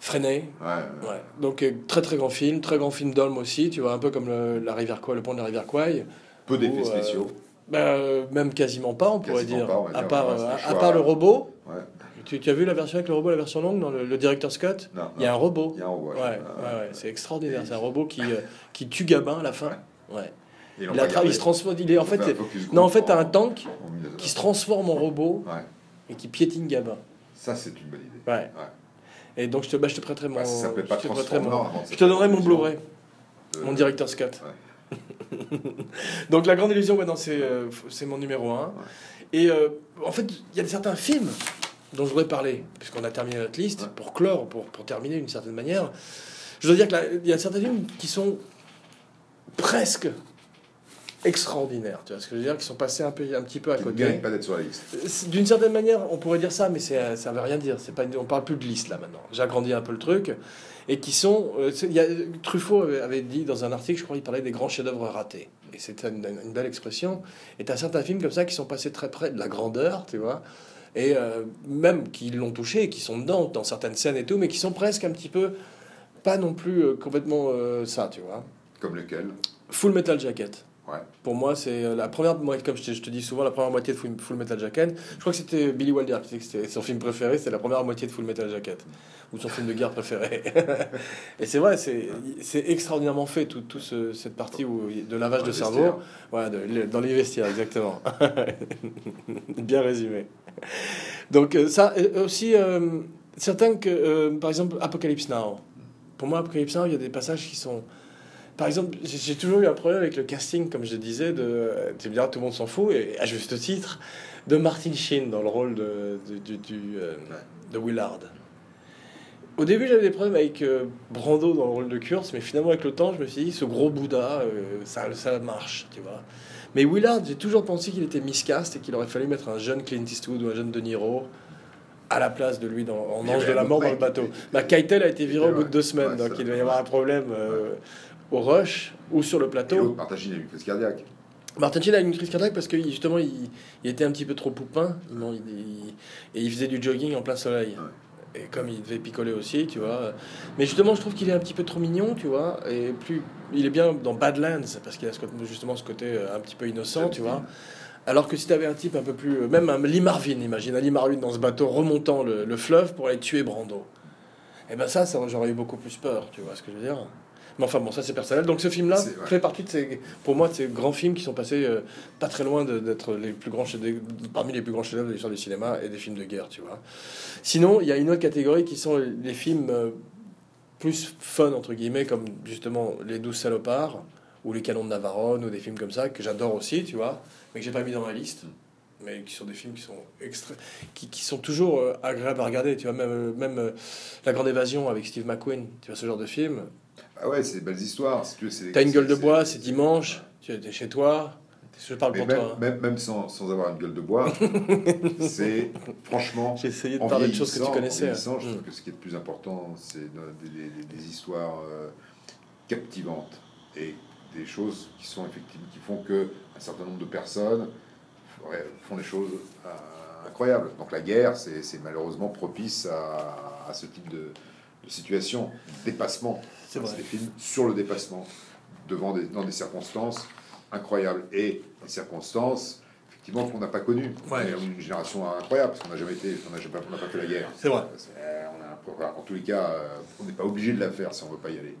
A: Freinet.
B: ouais.
A: Ouais. Donc euh, très très grand film, très grand film d'Olm aussi, tu vois, un peu comme le, la rivière Kouai, le pont de la rivière Kouai.
B: Peu
A: Ou,
B: d'effets
A: euh,
B: spéciaux.
A: Bah, euh, même quasiment pas, on pourrait
B: Quasiment
A: dire.
B: pas, on va
A: à
B: dire,
A: part,
B: ouais,
A: euh,
B: c'est un
A: à- à
B: choix.
A: part le robot,
B: Ouais.
A: tu, tu as vu la version avec le robot, la version longue dans le, le directeur Scott
B: Non,
A: Il y a un
B: non.
A: robot.
B: Il y a un robot.
A: Ouais,
B: ouais.
A: ouais, ouais, c'est extraordinaire. C'est un robot qui, euh, qui tue Gabin à la fin. Ouais.
B: Et ils l'ont
A: Il,
B: pas
A: attrape,
B: gardé.
A: il se transforme. Il est, en
B: Ils ont
A: fait,
B: un
A: c'est-
B: focus
A: non, en
B: group
A: fait, t'as un tank
B: en- en 1900.
A: qui se transforme en robot
B: Ouais.
A: et qui piétine Gabin.
B: Ça, c'est une bonne idée.
A: Ouais.
B: Ouais.
A: Et donc, je te, bah, je te prêterai mon.
B: Bah, si ça ne
A: je
B: peut pas
A: te prêterai
B: transformer.
A: mon-
B: avant
A: je
B: cette
A: te donnerai mon
B: illusion
A: Blu-ray.
B: de-
A: Mon directeur Scott. Donc La Grande Illusion, ouais, non, c'est euh, f- c'est mon numéro 1. Et euh, en fait, il y a certains films dont je voudrais parler, puisqu'on a terminé notre liste,
B: Ouais.
A: pour clore, pour, pour terminer d'une certaine manière. Je dois dire qu'il y a certains films qui sont presque extraordinaires, tu vois ce que je veux dire, qui sont passés un, peu, un petit peu à
B: Qui ne
A: côté.
B: mérite pas d'être sur la liste.
A: C'est- D'une certaine manière, on pourrait dire ça, mais c'est, euh, ça ne veut rien dire. C'est pas, une- on parle plus de liste là maintenant. J'agrandis un peu le truc. Et qui sont. euh, c'est- il y a, Truffaut avait, avait dit dans un article, je crois, il parlait des grands chefs-d'œuvre ratés. Et c'est une, une belle expression. Et tu as certains films comme ça qui sont passés très près de la grandeur, tu vois. Et euh, même qui l'ont touché, et qui sont dedans, dans certaines scènes et tout, mais qui sont presque un petit peu. Pas non plus euh, complètement euh, ça, tu vois.
B: Comme lequel
A: Full Metal Jacket.
B: Ouais.
A: Pour moi, c'est euh, la première moitié, comme je te, je te dis souvent, la première moitié de Full Full Metal Jacket. Je crois que c'était Billy Wilder qui disait que c'était son film préféré, c'est la première moitié de Full Metal Jacket, ou son film de guerre préféré. Et c'est vrai, c'est c'est extraordinairement fait, toute tout ce- cette partie où, il y a de lavage
B: Dans
A: de
B: les
A: cerveau. Voilà, de- le- dans les vestiaires, exactement. Bien résumé. Donc euh, ça, euh, aussi, euh, certains que, euh, par exemple, Apocalypse Now. Pour moi, Apocalypse Now, il y a des passages qui sont... Par exemple, j'ai- j'ai toujours eu un problème avec le casting, comme je disais, de... Tu me diras, tout le monde s'en fout, et à juste titre, de Martin Sheen dans le rôle de, du- du- du, euh,
B: Ouais.
A: de Willard. Au début, j'avais des problèmes avec euh, Brando dans le rôle de Kurtz, mais finalement, avec le temps, je me suis dit, ce gros Bouddha, euh, ça, ça marche, tu vois. Mais Willard, j'ai toujours pensé qu'il était miscast et qu'il aurait fallu mettre un jeune Clint Eastwood ou un jeune De Niro à la place de lui dans, en
B: Mais il y
A: Ange
B: avait
A: de la
B: un
A: mort
B: autre
A: dans le
B: mec.
A: bateau. Bah, Keitel a été viré au
B: Ouais,
A: bout de deux semaines,
B: ouais,
A: donc
B: ça-
A: il doit y avoir un problème euh, au rush ou sur le
B: Et
A: plateau.
B: l'autre, Martagine a eu une crise cardiaque.
A: Martin Sheen a eu une crise cardiaque parce que justement il, il était un petit peu trop poupin il man- il- il- et il faisait du jogging en plein soleil. Et comme il devait picoler aussi, tu vois. Mais justement, je trouve qu'il est un petit peu trop mignon, tu vois. Et plus, il est bien dans Badlands parce qu'il a ce côté- justement ce côté euh, un petit peu innocent, tu vois. Alors que si t'avais un type un peu plus. euh, Même un Lee Marvin, imagine, un Lee Marvin dans ce bateau remontant le, le fleuve pour aller tuer Brando. Et ben ça, ça, j'aurais eu beaucoup plus peur, tu vois ce que je veux dire. Mais enfin bon, ça c'est personnel. Donc ce film-là
B: C'est- ouais.
A: fait partie de ces, pour moi, de ces grands films qui sont passés euh, pas très loin de- d'être les plus grands chefs- des- parmi les plus grands chefs-d'œuvre de l'histoire du cinéma et des films de guerre, tu vois. Sinon, il y a une autre catégorie qui sont les films euh, plus fun entre guillemets, comme justement Les Douze Salopards ou Les Canons de Navarone ou des films comme ça que j'adore aussi, tu vois, mais que j'ai pas mis dans ma liste, mais qui sont des films qui sont extra- qui, qui sont toujours euh, agréables à regarder, tu vois, même, euh, même euh, La Grande Évasion avec Steve McQueen, tu vois ce genre de film.
B: Ah ouais, c'est des belles histoires. Si tu veux, c'est-
A: T'as une
B: c'est-
A: gueule de
B: c'est-
A: bois, c'est dimanche, tu es chez toi, je parle
B: Mais
A: pour
B: même,
A: toi. hein.
B: même, même sans, sans avoir une gueule de bois, c'est franchement.
A: J'ai essayé de
B: en
A: parler de choses que tu
B: vieillissant- En
A: connaissais.
B: vieillissant, je
A: hein.
B: trouve que ce qui est le plus important, c'est de- des, des- des- des histoires euh, captivantes et des choses qui sont effectives, qui font que un certain nombre de personnes ouais, font des choses euh, incroyables. Donc la guerre, c'est c'est malheureusement propice à, à ce type de, de situation, dépassement.
A: C'est vrai.
B: des films sur le dépassement, devant des, dans des circonstances incroyables. Et des circonstances, effectivement, qu'on n'a pas connues.
A: Ouais.
B: On est une génération incroyable, parce qu'on n'a jamais été, on n'a jamais- on n'a pas fait la guerre.
A: C'est vrai.
B: Parce que, euh, on a un peu- voilà, en tous les cas, euh, on n'est pas obligé de la faire si on ne veut pas y aller.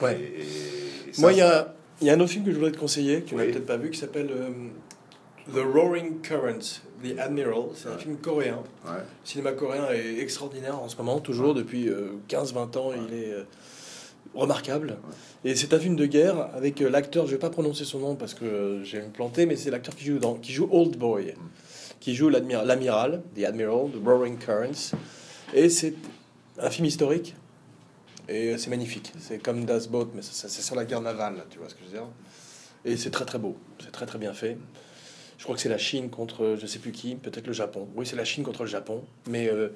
A: Ouais.
B: Et- et- et ça,
A: Moi, il y a, il y a un autre film que je voudrais te conseiller, que tu n'as
B: Oui.
A: peut-être pas vu, qui s'appelle euh, The Roaring Currents, The Admiral. C'est un
B: Ouais.
A: film coréen.
B: Ouais.
A: Le cinéma coréen est extraordinaire en ce moment, toujours depuis euh, 15-20 ans, il est euh, remarquable. Et c'est un film de guerre avec euh, l'acteur, je vais pas prononcer son nom parce que euh, j'ai me planté, mais c'est l'acteur qui joue dans, qui joue Old Boy, qui joue l'admira- l'amiral, The Admiral, The Roaring Currents. Et c'est un film historique. Et euh, c'est magnifique. C'est comme Das Boot, mais ça, ça- c'est sur la guerre navale, là, tu vois ce que je veux dire. Et c'est très très beau. C'est très très bien fait. Je crois que c'est la Chine contre euh, je sais plus qui, peut-être le Japon. Oui, c'est la Chine contre le Japon. Mais euh,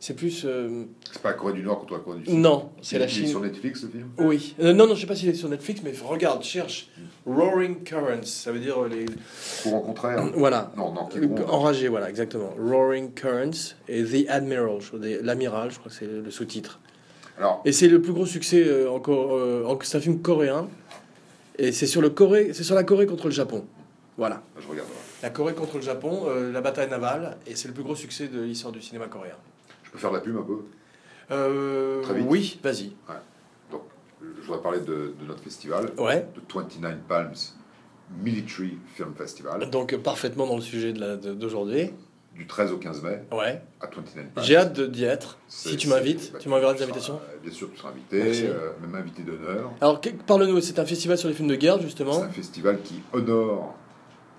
A: c'est plus. euh,
B: C'est pas la Corée du Nord contre la Corée du Sud.
A: non, c'est
B: Il-
A: la
B: il est sur
A: Chine.
B: Netflix, ce film
A: Oui. Euh, non, non, je sais pas s'il est sur Netflix, mais regarde, cherche Roaring Currents. Ça veut dire euh, les.
B: Pour au contraire.
A: Voilà.
B: Non, non, qui
A: Enragé, voilà, exactement. Roaring Currents et The Admiral, je crois, des- l'amiral, je crois que c'est le le sous-titre.
B: Alors,
A: Et c'est le plus gros succès euh, encore. euh, en- c'est un film coréen. Et c'est sur, le Corée, c'est sur la Corée contre le Japon. Voilà.
B: je regarderai.
A: La Corée contre le Japon, euh, la bataille navale, et c'est le plus gros succès de l'histoire du cinéma coréen.
B: Je peux faire de la pub un peu
A: Euh,
B: Très vite.
A: oui, vas-y.
B: Donc, je voudrais parler de, de notre festival,
A: Ouais.
B: de 29 Palms Military Film Festival,
A: Donc euh, parfaitement dans le sujet de la- de- d'aujourd'hui.
B: du 13 au 15 mai
A: Ouais.
B: à 29 Palms.
A: J'ai hâte de- d'y être.
B: C'est-
A: Si tu
B: c'est-
A: m'invites,
B: bah,
A: tu m'enverras des
B: seras-
A: invitations.
B: euh, Bien sûr, tu seras invité,
A: Merci.
B: euh, même invité d'honneur.
A: Alors que- parle-nous. C'est un festival sur les films de guerre
B: C'est
A: justement.
B: un festival qui honore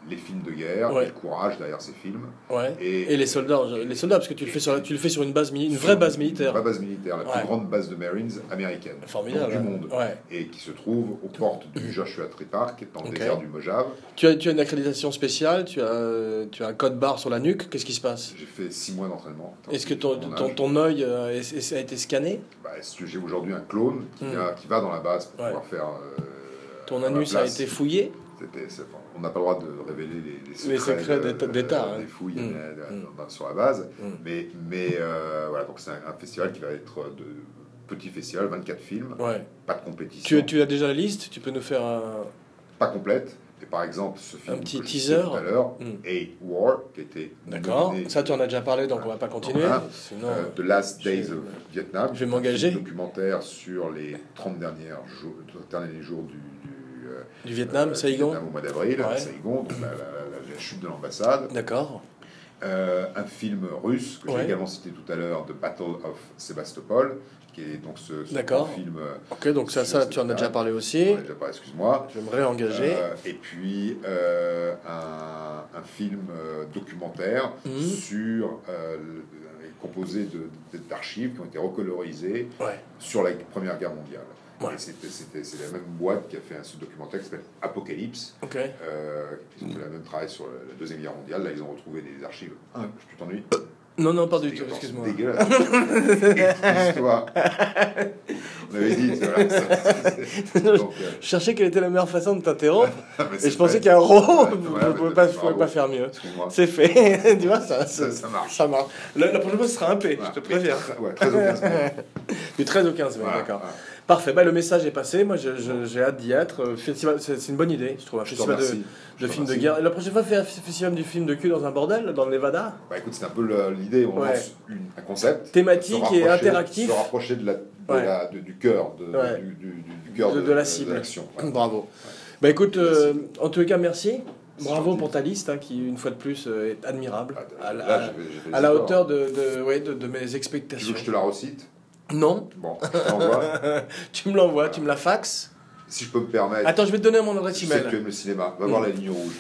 B: les films de guerre,
A: Ouais.
B: et le courage derrière ces films.
A: Ouais.
B: Et,
A: Et les soldats, je- les soldats, parce que tu le fais sur, la- tu le fais sur une base, mili- une vraie base
B: Une vraie
A: militaire.
B: base militaire, la
A: Ouais.
B: plus grande base de Marines américaine.
A: Formidable.
B: donc du monde.
A: Ouais.
B: Et qui se trouve aux portes du Joshua Tree Park, dans le
A: Ok.
B: désert du Mojave.
A: Tu as, tu as une accréditation spéciale, tu as, euh, tu as un code barre sur la nuque, qu'est-ce qui se passe
B: J'ai fait six mois d'entraînement.
A: Est-ce que ton,
B: Mon
A: ton,
B: âge.
A: ton œil euh, est- est- a été scanné
B: Bah, est-ce que j'ai aujourd'hui un clone qui,
A: Hmm.
B: vient- qui va dans la base pour
A: Ouais.
B: pouvoir faire. euh,
A: Ton
B: à ma
A: anus a
B: place.
A: été fouillé
B: C'était- c'est- on n'a pas le droit de révéler les, les secrets,
A: secrets
B: de-
A: d'État- d'État, hein.
B: des fouilles
A: Mm.
B: euh, de-
A: Mm.
B: dans- sur la base.
A: Mm.
B: Mais, mais euh, voilà, donc c'est un, un festival qui va être de petit festival, 24 films,
A: Ouais.
B: pas de compétition,
A: Tu, tu as déjà la liste Tu peux nous faire un.
B: pas complète. Et par exemple, ce film
A: Un petit
B: que je citais tout
A: teaser.
B: à l'heure,
A: Mm.
B: A War, qui était
A: D'accord
B: nominé,
A: Ça, tu en as déjà parlé, donc on va pas continuer.
B: Voilà.
A: Sinon,
B: euh, The Last
A: je-
B: Days of Vietnam.
A: je vais m'engager.
B: Un documentaire sur les 30 dernières jours, 30 derniers jours du, du, euh,
A: du Vietnam,
B: euh,
A: Saigon
B: Vietnam au mois d'avril,
A: Ouais.
B: Saigon, donc la- la- la- la chute de l'ambassade.
A: D'accord.
B: Euh, un film russe que
A: Ouais.
B: j'ai également cité tout à l'heure, The Battle of Sébastopol, qui est donc ce, ce
A: D'accord.
B: grand film. euh,
A: Ok, donc ça, ça, tu en as déjà parlé aussi.
B: on l'a déjà parlé, excuse-moi.
A: Je vais me réengager.
B: Euh, et puis euh, un, un film euh, documentaire
A: Mhm.
B: sur euh, le- composé de- de- d'archives qui ont été recolorisées
A: Ouais.
B: sur la Première Guerre mondiale.
A: Ouais.
B: Et c'était- c'était- c'est la même boîte qui a fait un ce documentaire qui s'appelle Apocalypse,
A: Ok.
B: euh, ils ont
A: Mmh.
B: fait le même travail sur la la Deuxième Guerre mondiale. Là, ils ont retrouvé des archives. Ah, je t'ennuie.
A: Non, non, pas du tout,
B: Dégueulasse,
A: excuse-moi.
B: Dégueulasse. Excuse-toi. On avait dit. Voilà, ça, c'est- donc, euh, ah,
A: Je cherchais quelle était la meilleure façon de t'interrompre,
B: mais c'est
A: et je pensais
B: fait.
A: qu'un rond,
B: Ouais,
A: vous
B: voilà,
A: ne pouvez
B: mais
A: pas,
B: bravo.
A: pouvez pas faire mieux.
B: Excuse-moi.
A: C'est fait, tu vois, ça, ça,
B: Ça, ça marche.
A: ça marche. La, la prochaine fois, ce sera un P,
B: Voilà.
A: je te préviens.
B: Ouais, très bien.
A: Du 13 au 15 mai, d'accord. Parfait, bah, le message est passé, moi je- je- j'ai hâte d'y être. Euh, festival- C'est c'est une bonne idée, je trouve, un
B: Je te
A: festival de,
B: remercie. Je
A: de
B: te
A: films de
B: remercie.
A: guerre. Et La prochaine fois, fais un festival du film de cul dans un bordel, dans le Nevada.
B: Bah écoute, c'est un peu le- l'idée. On
A: Ouais.
B: lance une- un concept.
A: Thématique
B: se
A: et
B: rapprocher-
A: interactif.
B: Se rapprocher de la, de
A: Ouais.
B: la- de- du cœur, de,
A: Ouais.
B: du, du- du- du cœur
A: De-
B: de,
A: de la cible.
B: l'action. Ouais.
A: Bravo. Bah écoute, euh, en tous les cas, merci.
B: C'est
A: Bravo
B: gentil.
A: pour ta liste, hein, qui une fois de plus euh, est admirable. À, la-
B: Ah, Là, j'ai- j'ai fait
A: à la
B: les efforts.
A: hauteur de, de, ouais, de, de mes
B: Tu veux
A: expectations.
B: que je te la recite
A: Non,
B: Bon, je te l'envoie.
A: tu me l'envoies, tu me la faxes.
B: si je peux me permettre,
A: Attends, je vais te donner mon adresse
B: je sais que tu
A: email.
B: aimes le cinéma, va voir
A: Mm.
B: la ligne rouge.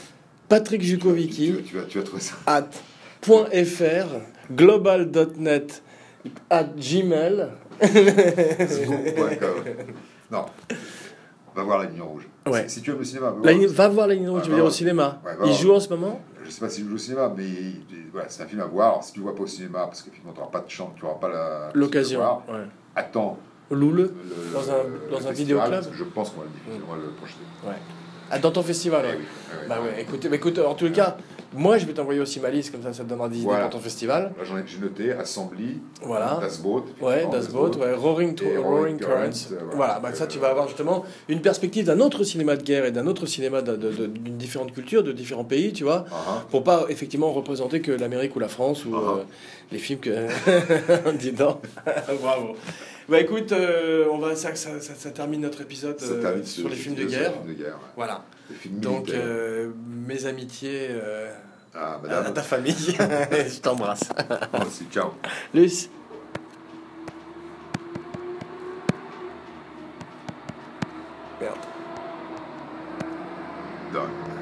A: Patrick
B: Tu vas- Tu,
A: Jukovicki
B: vas- tu vas, tu vas trouver ça.
A: at .fr, global.net at gmail.
B: Facebook.com. non, va voir la ligne rouge.
A: Ouais.
B: Si, si tu aimes le cinéma, va
A: La
B: voir-
A: ligne- va voir la ligne rouge,
B: Ah,
A: je
B: va
A: veux dire au
B: voir.
A: cinéma.
B: Ouais, Bah, va
A: Il
B: voir.
A: joue en ce moment
B: je sais pas si tu joues au cinéma, mais mais voilà, c'est un film à voir. Alors, si tu ne vois pas au cinéma, parce qu'effectivement, tu n'auras pas de chance, tu n'auras pas la de le
A: L'occasion.
B: voir,
A: Ouais.
B: Attends.
A: Loule.
B: le-
A: Dans un-
B: le
A: dans un
B: festival,
A: vidéoclub
B: parce que Je pense qu'on va le diffuser
A: Mm.
B: on va le prochain.
A: Ah, dans ton festival, ouais.
B: Eh oui, eh oui.
A: Bah ouais, écoute, bah écoute, en tous les cas, Moi, je vais t'envoyer aussi ma liste, comme ça, ça te donnera des idées
B: Voilà.
A: pour ton festival.
B: Là, j'en ai- J'ai noté Assembly,
A: Voilà.
B: Das Boot.
A: Ouais,
B: effectivement,
A: Das Boot, ouais, Roaring, Tw-
B: Et
A: Roaring
B: Roaring
A: Currents.
B: Currents, euh,
A: voilà,
B: voilà.
A: bah,
B: Euh,
A: ça, tu vas avoir justement une perspective d'un autre cinéma de guerre et d'un autre cinéma de- de- de- d'une différente culture, de différents pays, tu vois.
B: Ah,
A: Pour pas effectivement représenter que l'Amérique ou la France ou
B: Ah.
A: euh, les films que. On dit non. Bravo. Bah écoute, euh, on va, ça, ça, ça- ça termine notre épisode
B: ça
A: euh,
B: termine
A: sur
B: ce-
A: les films de
B: ce-
A: guerre.
B: films de guerre, ouais.
A: Voilà.
B: Les films
A: Donc,
B: militaires.
A: euh, mes amitiés euh,
B: ah,
A: à
B: madame,
A: ta famille. Je t'embrasse.
B: merci, ciao.
A: Luce. Merde.
B: Done.